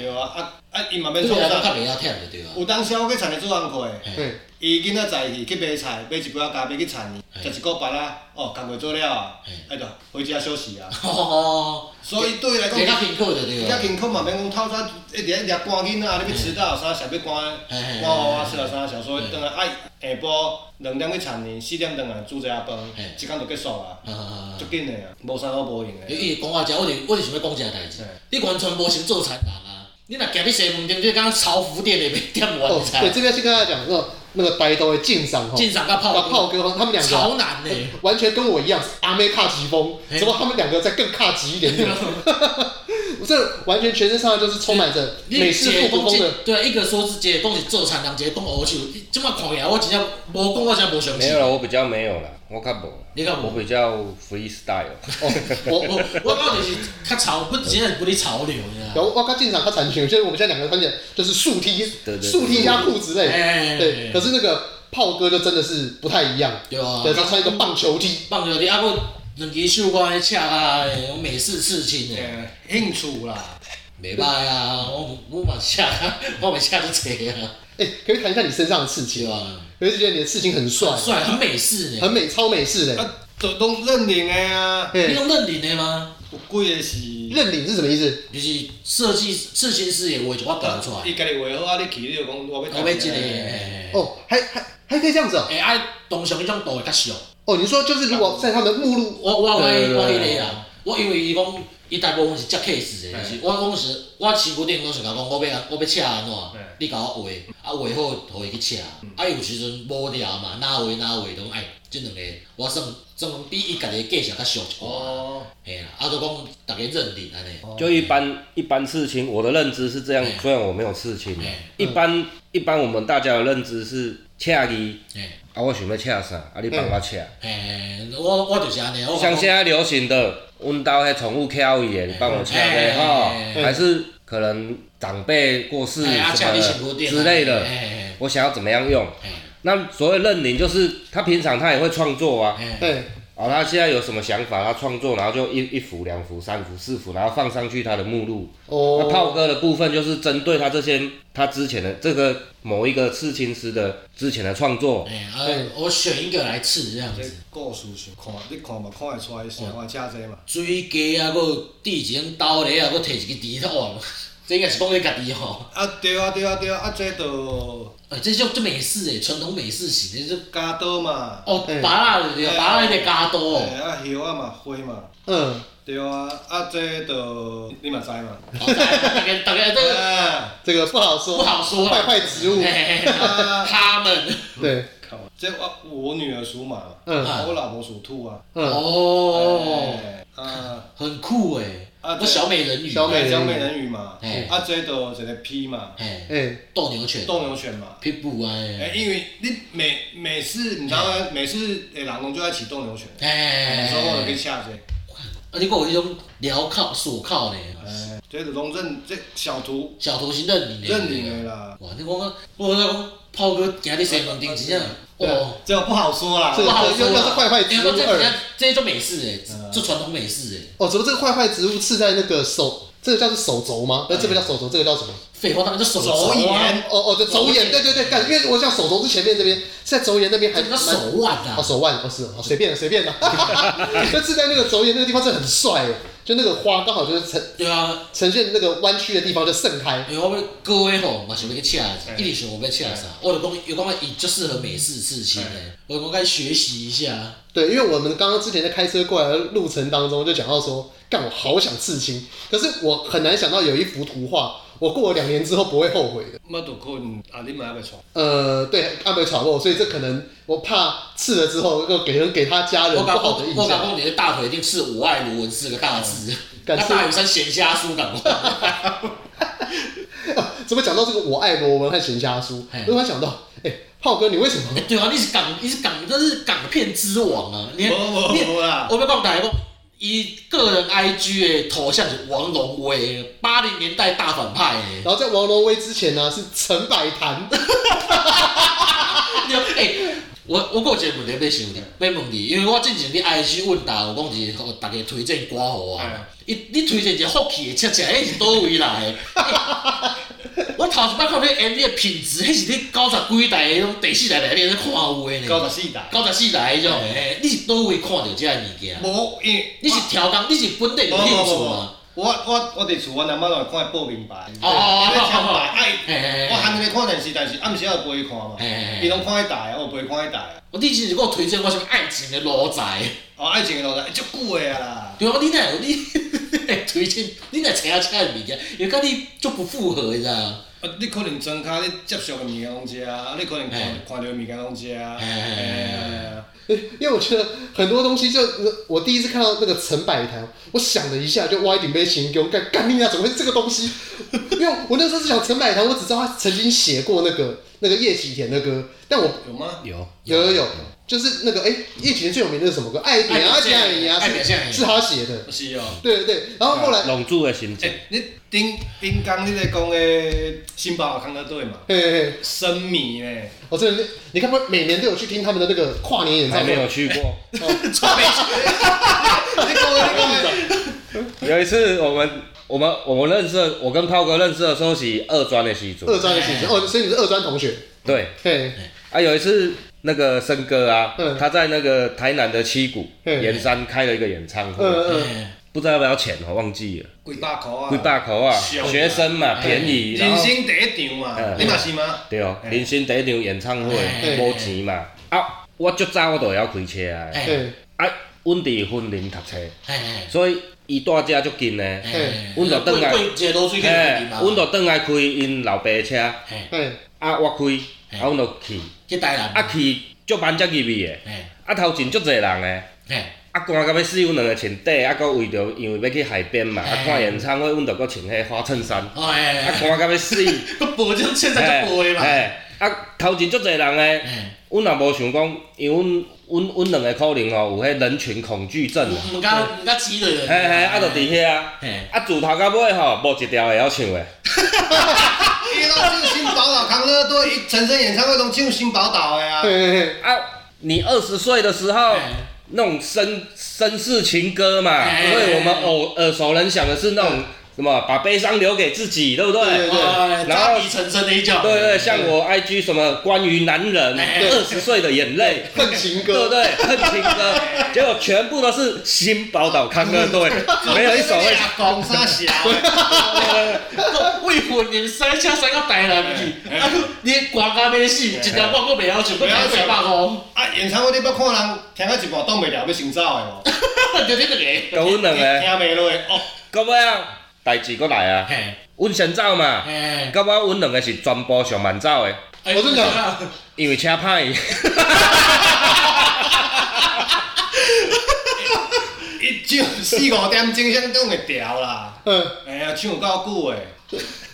对啊，啊啊伊嘛免
对
创
啊，我
啥，
较袂晓忝就对啊。
有当时我去田里做工课的。
嘿
伊囡仔载去去买菜，买一杯仔咖啡去田里，食一个白啊，哦，工课做了啊，哎就回家休息啊。
哦，
所以对伊来
加较
哎讲，
辛苦就对
较
啊。
辛苦嘛，免讲透早一直一直赶囡仔，啊你要迟到啥，啥要赶赶我啊，啥啥啥，所以等下哎下晡两点去田里，四点回来煮一下饭，一工就结束啊，
啊，
足紧的啊，无啥好无用
伊
的。
伊讲到遮，我就我就想要讲一个代志。你完全无先做产人啊！你若行去西门町，你讲潮福店的袂点
哦
完，菜，
对，这边先跟大家讲，那那个白头的晋赏哈，
进上甲
啊
泡
炮哥吼他们两个
潮男呢？
完全跟我一样是阿妹卡级风，
嘿
只不过他们两个再更卡级一点 <laughs> 点。这完全全身上下就是充满着
你
美式
一个
复古
讲
风
是
的，
对，一个说是一个讲是做产人，一个讲黑手。你即摆看起来，我真正无讲，我真正无相
没
信
有。了，我比较没有了，我较无啦，
你较无
我比较 freestyle。
我
我我讲就是较潮，不真正不哩潮流，你知道吗？
有我刚进场他产权，就是我们现在两个穿起来就是竖踢
对对对
竖踢加裤之类，
哎，
对。可是那个炮哥就真的是不太一样，
对啊
对，他穿一个棒球 T，
放着你啊，佫两支手竿咧赤啊，用美式刺青诶，
嗯，兴趣啦，
袂歹啊，我我嘛赤啊，我嘛赤足济啊，
哎，可以谈一下你身上的刺
对
青？
啊，
我就觉得你的刺青很帅，
帅，呃很美式呢。
很美，超美式的。
啊，就拢认领的啊，
你
嘿
用认领的吗？
有几个是，
认领是什么意思？
就是设计刺青师也会一我搞出来，
伊家己画好啊，你去你就讲我要
我要即个。
哦，还还还可以这样子哦。
哎，啊，通常迄种图会较俗。
哦，你说就是如果在他们目录
我我我
对对对
我迄个啊，我因为伊讲伊大部分是接 case 的，就是我讲是，我身躯顶拢是甲讲我要我要请安怎
嘿，
你甲我画，啊画好，互伊去请。啊有时阵无聊嘛，哪画哪画，拢哎，即两个我算算讲比伊家己的价钱较俗一寡，
哦，
嘿啦，啊就讲逐个认领安尼。
就一般一般刺青，我的认知是这样
哎，
虽然我没有刺青啊
哎，
一般一般我们大家的认知是恰伊
嘿，
啊，我想要恰啥，啊你帮我恰。
嘿，我我就是安尼，我
像现在流行的，阮兜迄宠物敲伊的，你帮我敲
哎
的哈
哎，
还是可能长辈过世
哎啊，
什
请
么
你身躯
的
顶
之类的，
哎
我想要怎么样用？
哎
那所谓认领，就是他平常他也会创作啊，
哎哎，
对，
啊，好，他现在有什么想法，他创作，然后就一一幅、两幅、三幅、四幅，然后放上去他的目录。那炮
哦，
哥的部分就是针对他这些他之前的这个某一个刺青师的之前的创作，
哎、啊，我选一个来刺这样
这
子。
故事想看，你看嘛看会出来，想法遮济嘛。
水鸡啊，搁滴一种刀咧啊，搁摕一个猪头啊，这应该是讲你家己吼。
啊对啊对啊对啊，啊这就
哎、这就这美式诶，传统美式型的，这就
加刀嘛，
哦，
哎
拔蜡对，
哎
拔蜡迄个加刀
嘿
哦。
啊叶啊嘛花嘛，
嗯，
对啊，啊这就你嘛知嘛。
好大家大家这个
啊，
这个不好说，
不好说啦
坏坏植物，
哎
啊
他们
对，
靠，这我我女儿属马嘛，
嗯
啊我老婆属兔啊。
嗯，
哦，
哎，啊，
很酷哎。
啊
我小美人鱼，
小美人鱼
江美人鱼嘛
嘿，
啊这就一个 P 嘛，
哎，
哎，
斗牛犬，
斗牛犬嘛。
pitbull 啊
哎，，因为你美美式，你知道吗？美式诶，人拢就爱骑斗牛犬，
哎，
所以我就去下这。
啊，你讲有迄种镣铐、锁铐呢，
哎，这是拢认这小图
小头型认领的，
认领的啦。
哇，你讲啊，我在讲炮哥今日西门町真正，
对啊
哇，
这个不好说啦
这
不好说
这这是
啦。
坏坏之
哎
二
我这人家这就美式哎，这传统美式哎。
哦，怎么这个坏坏植物刺在那个手，这个叫做手肘吗？呃那这个叫手肘，这个叫什么？
废话，当然就手
手
肘啊，
眼，
哦哦，这肘眼，对对对，干，因为我想手肘是前面这边，是在肘眼那边还
这个叫
蛮
手腕啊
哦，。手腕，哦是，哦随便随便的， <laughs> 就刺在那个肘眼那个地方，真的很帅哦，就那个花刚好就是呈
对啊，
呈现那个弯曲的地方就盛开，
因为我要各位吼，嘛想要去请，一直想我要请啥
哎，
我就讲，有讲我伊就适合美式刺青诶，我讲该学习一下。
对，因为我们刚刚之前在开车过来的路程当中就讲到说，干我好想刺青，可是我很难想到有一幅图画，我过了两年之后不会后悔的。
我都困啊，你嘛要被创。
呃，对，阿美炒过，所以这可能我怕刺了之后又给人给他家人
我
不
敢
好的印
讲，我敢
象。
讲，你的大腿一定是“我爱罗文”四个大字，那
敢刺
大屿山咸虾酥敢讲？
怎么讲到这个我爱罗文和闲暇书
嘿，
我突然想到，哎、炮哥你为什么？
对啊，你是港，你是港，这是港片之王啊！你
无
看
无
你
无啦，
我要讲大家讲，伊个人 IG 的头像是王龙威，八零年代大反派欸的。
然后在王罗威之前呢是陈百潭，
你 <laughs> 哎、我我有一个问题要想你，要问你，因为我之前伫 IG 问答，有讲是哦互大家推荐歌互我
哎
啊。伊你推荐一个福气的恰恰，迄是倒位来的？ <laughs> 我头一摆看你 MV 的品质，迄是你九十几代的迄种第四代内面咧看有的呢。
九十四哎代。
九十四代迄种，嘿你是倒位看到遮个物件？
无，因为
你是调工，你是本地
无
有兴
无
趣
无无
吗？。
我我我伫厝，阮阿妈就看报名牌，
哦哦
咧抢牌，
嘿嘿
哎，
嘿
我安尼咧看电视，但是暗时也陪伊看嘛
嘿嘿，嘿
伊拢看迄台，我陪伊看迄台，
我你之前给我推荐我什么爱情的奴才，
哦，爱情的路上足久的啊啦，
对啊，你哪有你 <laughs> 推荐你哪扯啊扯的物件，因为甲你就不符合，你知道吗？
啊，你可能装卡，你接触的物件拢食，啊，你可能看
嘿
看到的物件拢食，
嘿嘿嘿
哎，
因为我觉得很多东西就我第一次看到那个陈百潭，我想了一下就挖一顶杯情给我干干你啊，怎么会是这个东西？因为我那时候是想陈百潭，我只知道他曾经写过那个那个叶启田的歌，但我
有吗？
有
有有有，就是那个哎，叶启田最有名的是什么歌？爱点啊，
爱点
爱点啊，
爱点爱点
是是他写的，
是哦。
对对对。然后后来，
拢住的心情，
诶，你顶顶工你咧讲诶，新北康乐队嘛，
嘿嘿嘿，
生米咧，
我真的，你看不，每年都有去听他们的那个跨年
哎
演
还
唱
没有
会，
去过。
你讲诶，你讲诶，
有一次我们我们我们认识的，我跟炮哥认识的时候是二专的习
二
组，
专的写哦，所以你是二专同学，
对
嘿，
啊，有一次那个森哥啊
嗯，
他在那个台南的七股
嗯
盐山开了一个演唱
嗯
会，
嗯，
哎
不知道要不要钱我忘记了，
几百箍啊，
贵大口啊，
小啊
学生嘛
嗯
便宜，然
人
后
生第一场嘛，
嗯
你嘛是吗？
对哦，
哎
嗯
人生第一场演唱会
哎
嗯
无钱嘛，啊，我足早我就会晓开车啊，
哎
嘿，
啊，阮伫婚林读册，
哎
所以伊住遮足近呢，
哎，
阮就转来
过一个卤水去
啊嘿，
嘛，
阮就转来开因老爸的车，啊，
哎
嘿，
我开，啊，阮就去。
去台南，
啊去足慢才入去的，
哎
啊头前足侪人诶，
哎
啊赶到要死，阮两个穿短，啊搁为着因为要去海边嘛，啊
嘿
看演唱会，阮着搁穿迄花衬衫，啊
哎，
赶到
<laughs>
要死，
佮播就现在就播的嘛，哎
嘿，啊头前足侪人诶，
哎，
阮也无想讲，因为阮阮阮两个可能吼有迄人群恐惧症啊，
唔敢唔敢挤落去，
嘿嘿，啊就伫遐，
嘿，
啊自头到尾吼无一条会晓唱诶，
伊拢唱新宝岛康乐队，伊陈升演唱会拢唱新宝岛的啊
嘿，嘿嘿，
啊你二十岁的时候
嘿。
那种绅绅士情歌嘛，
哎
所以我们偶耳熟能详的是那种什么把悲伤留给自己，对不对？
对
哎
然
扎
后
皮成针的一脚，
对对，像我 IG 什么关于男人
哎哎
二十岁的眼泪，
恨情
对不
歌，
对？恨情歌，结果全部都是新宝岛康
<laughs>
乐队，没有一首
哎
会。
讲啥小？
我为婚姻生车生到台南去，啊，你的歌到要死，一条我阁袂晓唱，阁听三百五，
啊，演唱会你捌看人听到一半挡袂牢要先走的
<laughs>
无？
就你一个。
甲阮两
听
哎
个，
袂落的哦，
到尾啊，代志搁来啊，
嘿，
阮先走
哎
嘛，
嘿，
到尾阮两个是全部上慢走的，
哎
我真的
因为车
<laughs>
歹，
伊唱四五点钟先挡会调啦。
嗯，
哎呀，唱有够久的，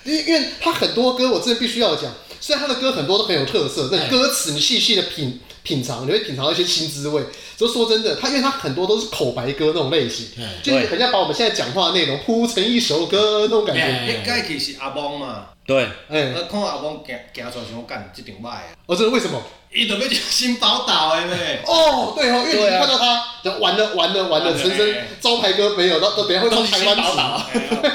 因为因为他很多歌，我真的必须要讲，虽然他的歌很多都很有特色，但歌词你细细的品品尝，你会品尝到一些新滋味。就说真的，他因为他很多都是口白歌那种类型
嗯，
就是
对
很像把我们现在讲话的内容铺成一首歌那种感觉。
哎
迄届去是阿翁嘛，
对，
哎，
我看阿翁行行出来想干即场歹啊，
哦，真的为什么？
伊就要唱新宝岛的咩？
哦，对哦，因为你
对啊哎
看到他，就完了完了完了，
对
陈升招牌歌没有，到到等一下会到台湾岛。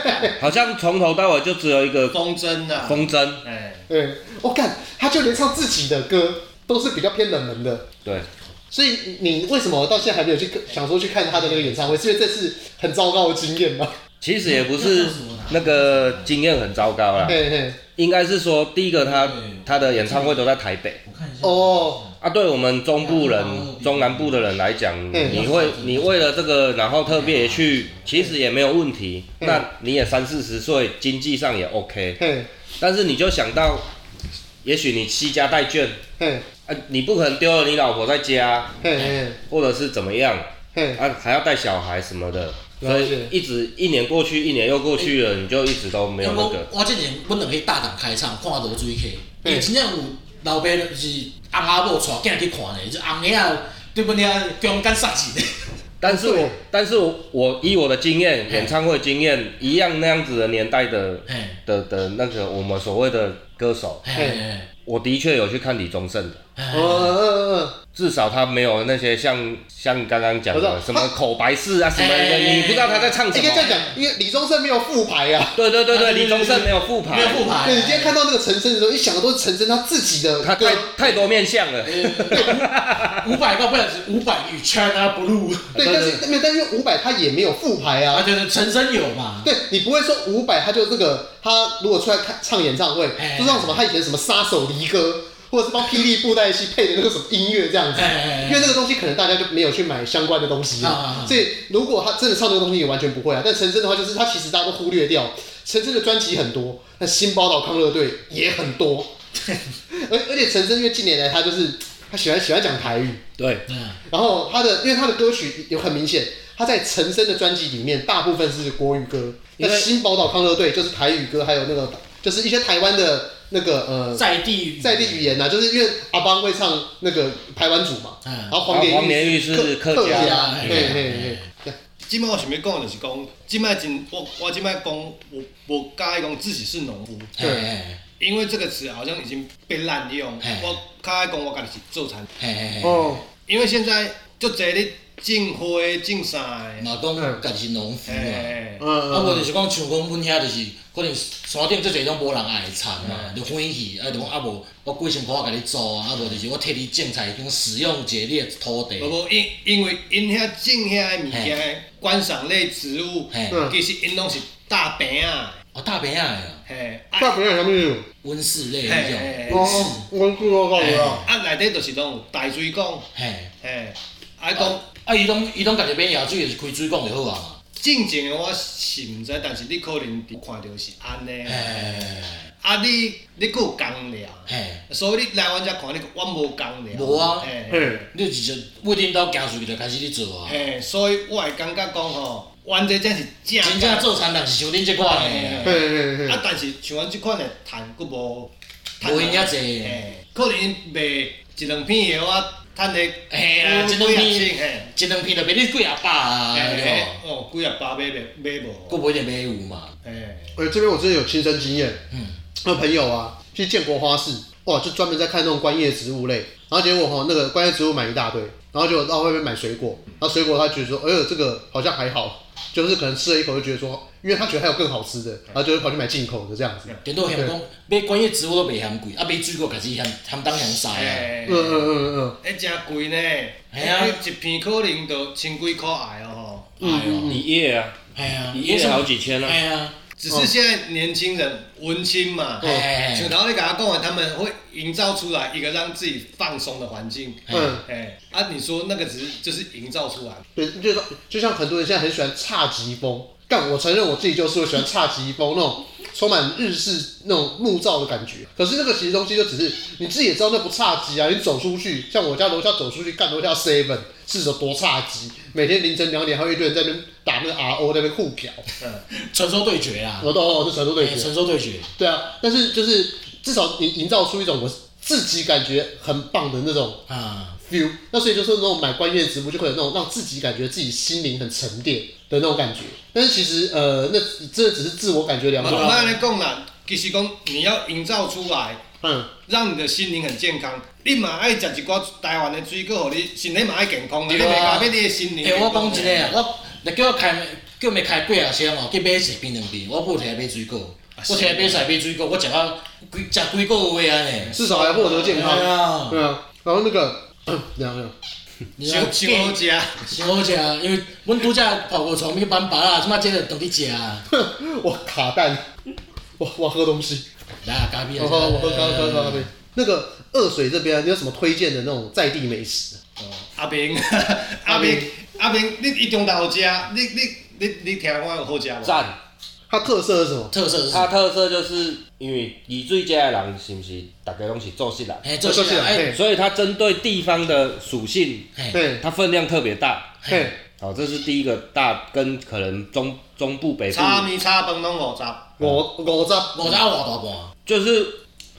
哎呀
好像从头到尾就只有一个
风筝啊，
风筝，
哎，
对，我、看他就连唱自己的歌都是比较偏冷门的，
对，
所以你为什么到现在还没有去想说去看他的那个演唱会？是因为这次很糟糕的经验吗？
其实也不是那个经验很糟糕啦，
嘿嘿，
应该是说第一个他
对
他的演唱会都在台北
我看一下，
哦，
啊，对我们中部人
嗯、
中南部的人来讲，
嗯
你会你为了这个，然后特别去，其实也没有问题，
嗯
那你也三四十岁，经济上也 OK，
嘿
但是你就想到，也许你惜家带眷
嘿
啊，你不可能丢了你老婆在家，
嘿嘿
或者是怎么样
嘿，
啊，还要带小孩什么的，
了解
所以一直一年过去，一年又过去了，你就一直都没有那
我
个，
我之前阮两个大胆开唱，看罗水客，
嗯
伊真正有老爸就是翁阿某带囝去看嘞，就翁爷对不遐中间杀钱，
但是
对
我但是我我以我的经验，
嗯
演唱会经验一样那样子的年代的
嘿，
的的那个我们所谓的歌手，
嘿嘿
我的确有去看李宗盛的，
嘿
哦
嘿，
嗯嗯嗯，
至少他没有那些像像刚刚讲
我知道
的什么口白式啊什么
哎哎
的，
哎
你不知道他在唱什
应该这样
么。
讲，因为李宗盛没有复牌啊。
对对对
啊
对，
对对
李宗盛没有复牌
没，有复牌，
对，你今天看到那个陈升的时候，一想的都是陈升他自己的
他
歌
太。太多面相了。
五百个不然是五百与 China Blue，
对，但是没有，但因为伍佰他也没有复牌啊
啊，，就是陈升有嘛，
对你不会说伍佰他就这个，他如果出来看唱演唱会，
哎
就像什么他以前什么杀手离歌，或者是帮霹雳布袋戏配的那个什么音乐这样子，
哎哎哎
因为那个东西可能大家就没有去买相关的东西
啊啊
了
啊，
所以如果他真的唱这个东西，也完全不会啊。但陈升的话，就是他其实大家都忽略掉，陈升的专辑很多，那新宝岛康乐队也很
<laughs>
多，而而且陈升因为近年来他就是他喜欢喜欢讲台语，
对，
嗯，
然后他的，因为他的歌曲有很明显，他在陈升的专辑里面大部分是国语歌，那
因为
新宝岛康乐队就是台语歌，还有那个就是一些台湾的那个呃
在地
在地语言呐、就是因为阿邦会唱那个台湾组嘛，
嗯
然后黄连
然后黄连玉是
客
客家
家，
哎
对
哎
对对，
即摆我想要讲的就是讲，即摆真我我即摆讲，我我介意讲自己是农夫，
嘿嘿
因为这个词好像已经被滥用。
嘿
我较爱讲我家己是做产，
嘿嘿嘿，
哦，
因为现在足侪咧种花种啥的，
嘛讲家己是农夫嘛。
嘿
嗯
啊，无
嗯
就是讲，像讲阮遐就是，可能山顶即侪拢无人爱田嘛，
嗯
就欢喜，啊，就讲啊无，我几千箍我甲你租啊，啊无就是我替你种菜，讲使用一下你的土地
无，无因因为因遐种遐的物件，观赏类植物
嘿，
嗯
其实因拢是大饼啊，
哦，大饼啊的啊，
嘿，
大
啊
朋友什么意思？
温室类
嘿
迄
嘿
种，温
嘿
室，
哦，我知道我知道，
啊内底就是拢有大水果，
嘿，
嘿，啊讲
讲啊，伊拢伊拢家己买野水，就是开水讲就好啊
正经的我是毋知，但是你可能伫看到是安尼
嘛，，嘿，
啊你你佫有工料。
嘿，
所以你来阮遮看，你我无工了。
无啊
嘿
嘿，
你就是为恁兜行出去就开始咧做啊，
嘿，所以我会感觉讲吼，阮这真是正
真正做产人是像恁即款的，
嘿嘿
啊
嘿，，
但是像阮即款的趁佫无，
无因遐济
嘿，可能因卖一两片药啊，趁的
嘿啦，一两
几啊
片
千嘿，
一两片就卖你几啊百啊，
嘿
对
嘿
无？
哦，几啊包买卖买无，
佫无一定买有嘛，
嘿，
呃，这边我真的有亲身经验，
嗯，
那朋友啊，去建国花市，哇，就专门在看那种观叶植物类，然然后结果哈那个观叶植物买一大堆，然后就到外面买水果，然后水果他觉得说，哎呦这个好像还好，就是可能吃了一口就觉得说，因为他觉得还有更好吃的，然后就会跑去买进口的这样子。
顶多嫌讲买观叶植物都袂嫌贵，啊买水果家己嫌嫌当嫌晒啊。
哎
嗯嗯嗯嗯
哎，真贵呢！
嘿啊
哎一片可能就千几块爱哦吼。
哎呦，
嗯
一页啊，
哎呀，
一页好几千啊，
哎呀，
只是现在年轻人文青嘛，
哎哎
像头你甲我讲的，他们会营造出来一个让自己放松的环境。
嗯嗯，
哎，啊，你说那个只是就是营造出来，
对，就是就像很多人现在很喜欢侘寂风，但我承认我自己就是会喜欢侘寂风那种充满日式那种木造的感觉。可是那个其实东西就只是你自己也知道那不侘寂啊，你走出去，像我家楼下走出去干楼下 seven 是有多侘寂，每天凌晨两点还有一堆人在那边打那个 RO 在那边互嫖，
嗯
传说对决啊，
我都哦是传说对
哎
决，
传说对决，
对啊，但是就是至少你营造出一种我自己感觉很棒的那种
啊，
feel，那所以就是那种买观月植物就会有那种让自己感觉自己心灵很沉淀的那种感觉。但是其实呃，那这只是自我感觉良
我
好。
我跟你讲啦，其实讲你要营造出来，
嗯，
让你的心灵很健康。你嘛爱食一寡台湾的水果，互你身体嘛爱健康啊。你
对啊
袂搞要你的心灵
哎
健康。
我讲一个啊，我若叫我开叫咪开几啊箱哦，去买一瓶两瓶，我不摕来买水果，我摕来买菜买水果，我食到几食几个月啊安尼。
至少还获得健
哎
康。
呀，
对啊，然后那个 <coughs> 怎样怎样？
你
小小好食，
真好食，啊因为阮拄则跑过床去班拔啊，即摆即个当去食啊，
我卡蛋， <laughs> 我我喝东西，
来啊，咖啡啊，
我喝我喝咖喝咖啡。那个二水这边，你有什么推荐的那种在地美食？
<laughs>
阿明，阿明，阿明，你一中昼食，你你你你听我有好食无？
赞。
它特色是什么？
特色是什
它
么？
特色就是因为丽水遮的人是毋是逐家拢是做事人，
嘿，做起来，哎，
嘿
所以它针对地方的属性，
嘿，
对，
它分量特别大。
嘿，
好、这是第一个大跟可能中中部北部
炒面炒饭拢五十，
我我知
五十偌
就是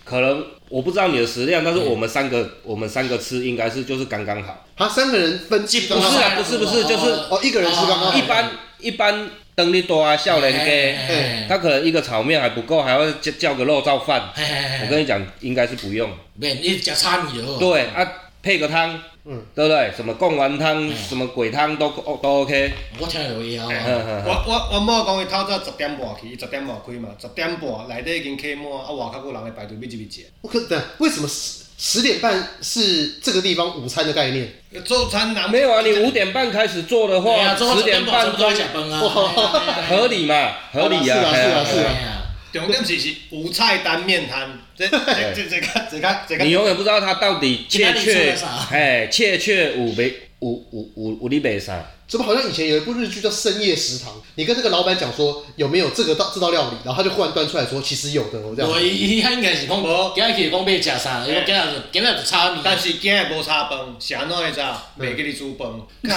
可能我不知道你的食量，但是我们三个、我们三个吃应该是就是刚刚好。
他三个人分鸡
大
不
刚
盘？
刚
是
好
啊不是不是就是
哦一个人吃刚刚
嗯
好
一般一般等你多啊，笑人
嘿
家，
嘿
他可能一个炒面还不够，还要叫叫个肉燥饭。
嘿
我
嘿嘿，
跟你讲，应该是不用。
免你食炒米就好。
对啊，配个汤，
嗯
对不对？什么贡丸汤、什么鬼汤都哦都 OK。
我听得有伊啊，
嗯嗯
我
嗯
我我某讲伊透早十点半去，伊十点半开嘛，十点半内底已经客满，啊外口还有人来排队要入去食。
我可等下为什么十十点半是这个地方午餐的概念？
做餐人
没有啊，你五点半开始做的
哎呀
话，
做到
十点半
都
钟
要食饭啊。
合理嘛？合理哎
好
哎
啦是啊
嘿
是啊
嘿
是啊
重点是是有菜单面
<laughs>
摊，这这这这个这个这个
你永远不知道他到底
今天
确
你吃
确
了啥，
哎，确确有没有有有有你没啥？
怎么好像以前有一部日剧叫《深夜食堂》？你跟那个老板讲说有没有这个道这道料理，然后他就忽然端出来说其实有的，我这样
我。伊伊应该是讲无，今日去讲要食啥，伊讲今日今日就啊炒米。
但是今日无炒饭，是安怎会知道？袂给你煮饭。
嗯 <laughs>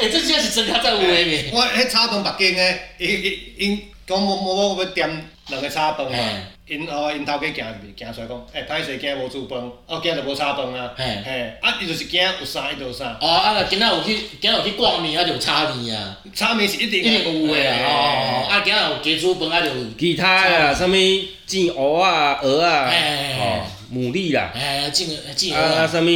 哎，这真是真正在有诶呢。
我迄炒饭目镜的，伊伊因讲某某某要点两个炒饭嘛
嘿，
因后因头家行入去，行出来讲，哎，歹势今日无煮饭，哦，今日无炒饭啊，
嘿
嘿，啊，伊就是今日有啥伊就有啥，
哦，啊，今日有去今日有去逛面，啊就有炒面啊，
炒面是一
一
定的
定有诶啊。哦，啊今日有鸡煮饭，啊就有
其他的啊，什么煎蚵啊、鹅啊，
哎哎哎
哦，牡蛎啦，
哎，进进
啊啊，什么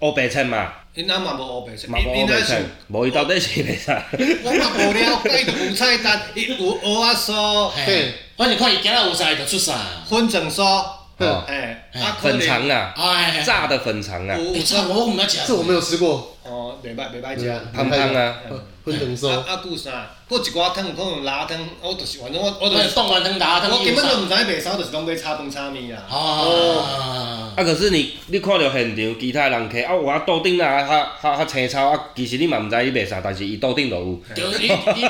乌白菜嘛，
因阿嘛无乌白菜，
嘛
因
无乌
因
白
阿
菜
想，，
无伊到底是白
<laughs>
啥？
我嘛无了解，就有菜单，伊有蚵仔酥、
嘿，反正看伊今日有啥伊就出啥。
粉蒸酥，
哦
哎，啊，可
粉
能
肠啊，
哎，
炸的粉肠啊，
有
哎，
有
炒我唔捌食。
这我没有吃过，
哦，袂歹袂
嗯
歹
对啊
食。
胖胖啊，
呃荤等收。
啊啊，有啥？搁一寡汤，可能拉汤，我就是反正我我就是
我。冻完汤打汤。
我根本就毋知卖啥，就是拢买炒饭炒面啦。
哦。
啊可是你你看到现场其他人客啊，有啊桌顶啊，较较较青草啊，其实你嘛毋知伊卖啥，但是伊桌顶就有，
就伊伊，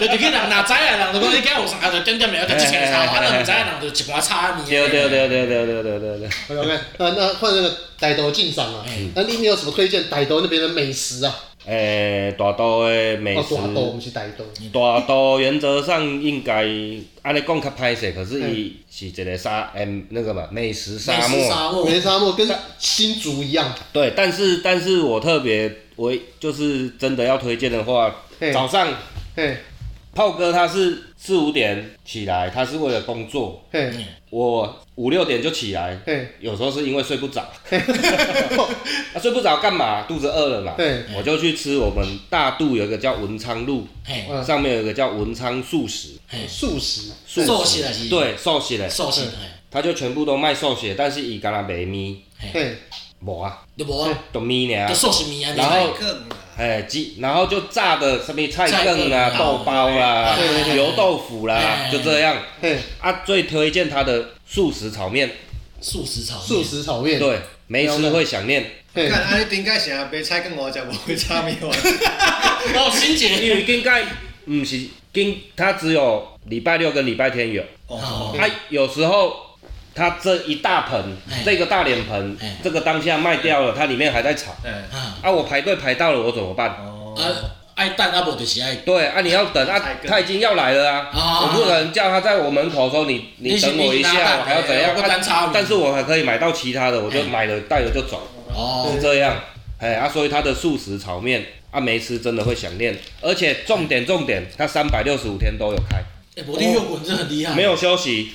就就去人若知啊，人就讲你今有啥就点点了，就即青炒，啊，若毋知啊，人就一盘炒面。
对对对对对对对对对，
OK，那那换那个傣斗进赏啊
嗯，
那你你有什么推荐傣斗那边的美食啊？
诶，大都的美
哦，
食。
大斗我们去傣斗，
大都原则上应该按尼讲较歹势，可是伊是一个沙诶、那个嘛美食沙
美食
漠，
沙漠。
美食沙漠跟新竹一样，
对。但是但是我特别我就是真的要推荐的话
嘿，
早上
嘿，
炮哥他是四五点起来，他是为了工作。
嘿，
我五六点就起来，
嘿，
有时候是因为睡不 <laughs> 着，那、睡不着干嘛？肚子饿了嘛
对，
我就去吃我们大肚有一个叫文昌路，
嘿，
嗯
上面有一个叫文昌素食，
嘿，
素食，
寿喜还是
对，寿喜嘞，
寿喜，嘿，
他就全部都卖寿喜，但是伊干那卖米，
嘿，
无啊，
就无啊，
都米尔
就。寿喜面啊，
然后
太梗啦，
哎，鸡，然后就炸的什么菜
菜
梗
梗啊
啊、豆包啦
对对、对
油豆腐啦，
哎
就这样。
嘿，
啊，最推荐他的素食炒面，
素食炒面，
素食炒面，
对，没吃会想念。
嘿，
干安尼顶解成白菜跟我食无会炒面话，
哦，新
<laughs> 因
姐，
为应该不是应，他只有礼拜六跟礼拜天有。
哦，
他有时候他这一大盆
哎，
这个大脸盆
哎，
这个当下卖掉了，它里面还在炒。
哎，
啊，
啊，我排队排到了，我怎么办？
哦，
啊，爱蛋啊，无就是爱，
对啊，你要等
菜
啊，
根
他已经要来了啊，
啊
我不能叫他在我门口说你
你
你等我一
你拿
下，
蛋
我还要怎
哎
样？
我单插
啊
你
但是我还可以买到其他的，我就
哎
买了带了就走，
哦
是，这样。哎啊，所以他的素食炒面啊，没吃真的会想念，而且重点重点，他三百六十五天都有开，
哎，无你粤文真的很厉害，
没，有休息，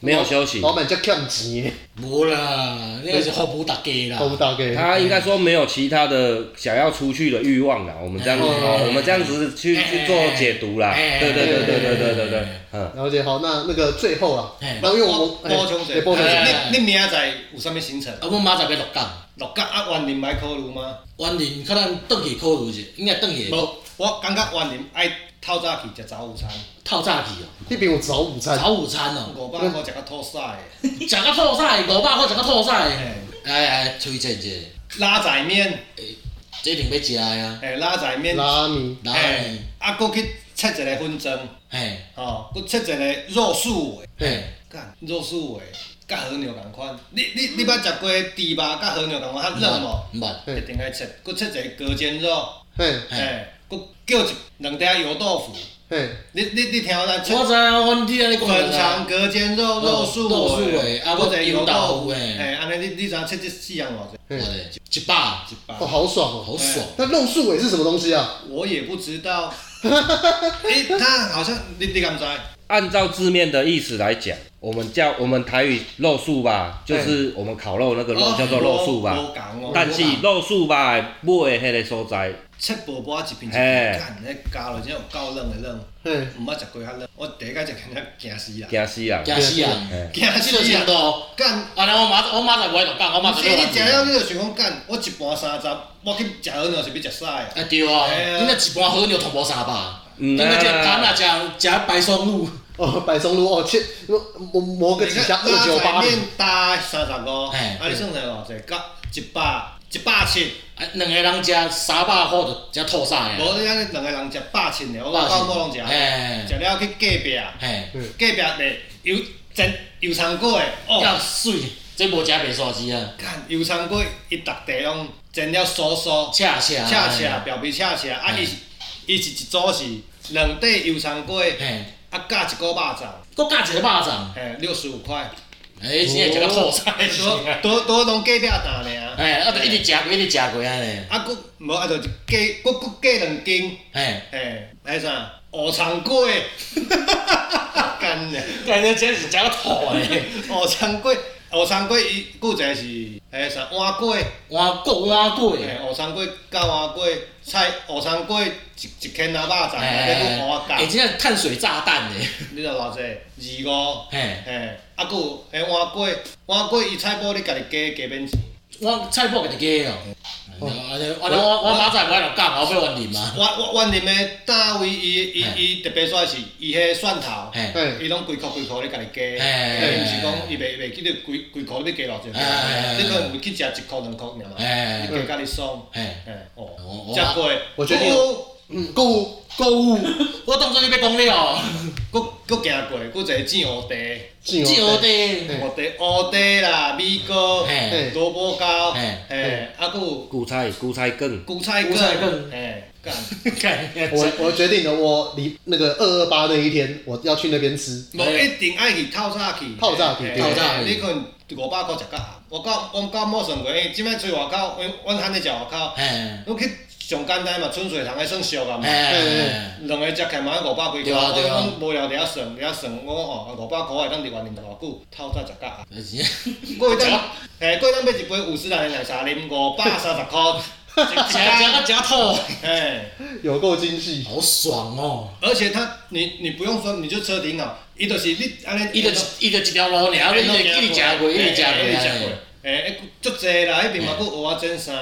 没有休息，
老板叫欠钱的，
无啦，那个是服务大家
啊
啦，
都不大概。
他应该说没有其他的想要出去的欲望啦，我们这样子，
哎
哦我们这样子去
哎
去做解读啦，
哎
对对对对对对对对
哎，
嗯，
了解，好，那那个最后啦，
嘿
然后因为我
补
们
补充者，
嘿补充者
哎
你你明仔载有啥物行程？
啊，阮明仔载要落港，
六角啊，园林歹考虑吗？
园林可能转去考虑者，应该转去
无，我感觉园林爱透早去食早午餐，
透早去哦，
那边有早午
哎
餐，
早午餐哦，
五百块食到吐屎的，
食到吐屎，五百块食到吐屎，哎
哎，
哎，推荐者，
拉仔面，
这一定要食的啊，
诶，拉仔面，
拉米，
来，
啊，佫去切一个粉蒸，
嘿，
吼，佫切一个肉素诶，
嘿，
干肉素诶，甲和牛共款，你你你捌食过猪肉甲和牛共款较嫩无？
毋捌，
嗯
一定爱切，佫切一个隔间肉，
嘿，
诶，佫叫一两袋油豆腐，
嘿，
你你你听我来切
我知啊，阮你安尼讲的
粉
啦
肠、隔间肉、
肉
肉素
肉素诶
诶，
啊
或者
我有
油豆腐
豆腐诶
诶，安尼你你知影切即四样哦偌济？
我
嘿，
的一百，
一百
哦，。好爽哦。
好爽，
那肉素尾是什么东西啊？
我也不知道，诶、他好像你你敢知？
按照字面的意思来讲，我们叫我们台语肉素吧，就是我们烤肉那个肉
哦
叫做肉素吧，
无讲哦，
但是肉素吧买的迄个所在，
七薄薄一片一
嘿
片，干咧加落真有够软的软，
嘿，
毋捌食过较软。我第一摆食肯定惊死啊！
惊死啊！
惊死啊！
哎
惊
这个
死
程度
啊！，干，
啊，然后我妈我妈在袂落讲，我妈在
所以你食
落
了你就想讲干，我一盘三十，我去食好料是要食屎啊！
啊对啊，
哎呀
你那一盘好牛同无三吧？你
嗯
那只
啊
糖啊，食食白松露，
哦，白松露哦，切磨磨磨个几下二九八
面
零，
搭三十五，
嘿
啊你算算偌济？甲一百一百七，
啊，两个人食三百块就食吐屎的，
无你安尼两个人食百七的，我到我拢食，
哎
食了去隔壁。啊
嘿，
隔壁卖油煎油葱粿的，
要
哦，
水，这无食白沙子啊，
看油葱粿，伊逐地拢煎了酥酥，
恰恰
恰恰表皮恰恰，啊
嘿
伊伊是一组是两块油葱粿，
嘿，
啊加一个肉粽，
哎搁加一个肉粽，
嘿，六十五
<laughs>
块，
哎，真诶食到吐屎
哎，
的，
多多拢隔壁摊尔，
哎，啊，就一直食过，一直食过安尼，
啊佫无啊，就一加佫佫加两斤，
嘿，
嘿，迄啥乌葱粿，干嘞，
但是真是食到吐 <laughs> 的，
乌葱粿，乌葱粿伊佫有一个是迄啥碗粿。
碗过碗过的。
诶，乌葱粿、甲碗粿、菜、乌葱粿一一斤啊肉粽，再佫蚵仔
哎，
蛋，
这个碳水炸弹哎诶，
你着偌济？二五，
嘿，
嘿，啊佫有迄碗粿，碗粿伊菜脯你家己加加免钱。
我菜脯家己加哦。啊，我我我明仔我来讲，我要完林嘛。
我我我认为单位伊伊伊特别煞是伊迄蒜头，
嘿，
嘿，
伊拢规箍规箍你家己加，
嘿嘿
嘿，毋是讲伊袂袂记得规规箍你要加偌济，
嘿嘿嘿
你可能有去食一箍两箍尔嘛，
嘿
你加甲你爽，
嘿，
嘿，哦
我，我
食过，
我决定
哦
嗯，购物
购物，我当作你要讲了，
佫佫行过，佫一个煎蚵茶。
进
即
哦
学，的，
蚵地、蚵地啦、米糕
嘿、
萝卜糕，
嘿
嘿，啊，佮有
韭菜韭菜梗，
韭菜
韭菜粿
羹，嘿，干，
我我决定了，我离那个二二八那一天，我要去那边吃。
无一定爱去透早去，
透早去
嘿
对
透早去
你可能五百箍食到暗，我到我到陌生过，因为即摆出去外口，阮阮罕咧食外口，
嘿，
我去上简单嘛，春水堂还算俗啊嘛。
哎，
两个食起嘛五百几
对
块，
啊
我
对啊
讲无聊伫遐算，伫遐算，我哦讲吼五百块会当伫外面偌久，透早食到暗。
就是
过一 <laughs> 当，嘿，过一当买一杯五十人的奶茶，啉五百三十块，
食食
<laughs>
到食吐，
嘿。
有够精细，
好爽哦！
而且它，你你不用分，你就车停好，伊就是你安尼，
伊就伊就一条路尔，你就一直食过，一直食过，
一
一直
直食
食过。。
过诶，足侪啦，迄边嘛，佫蚵仔煎啥，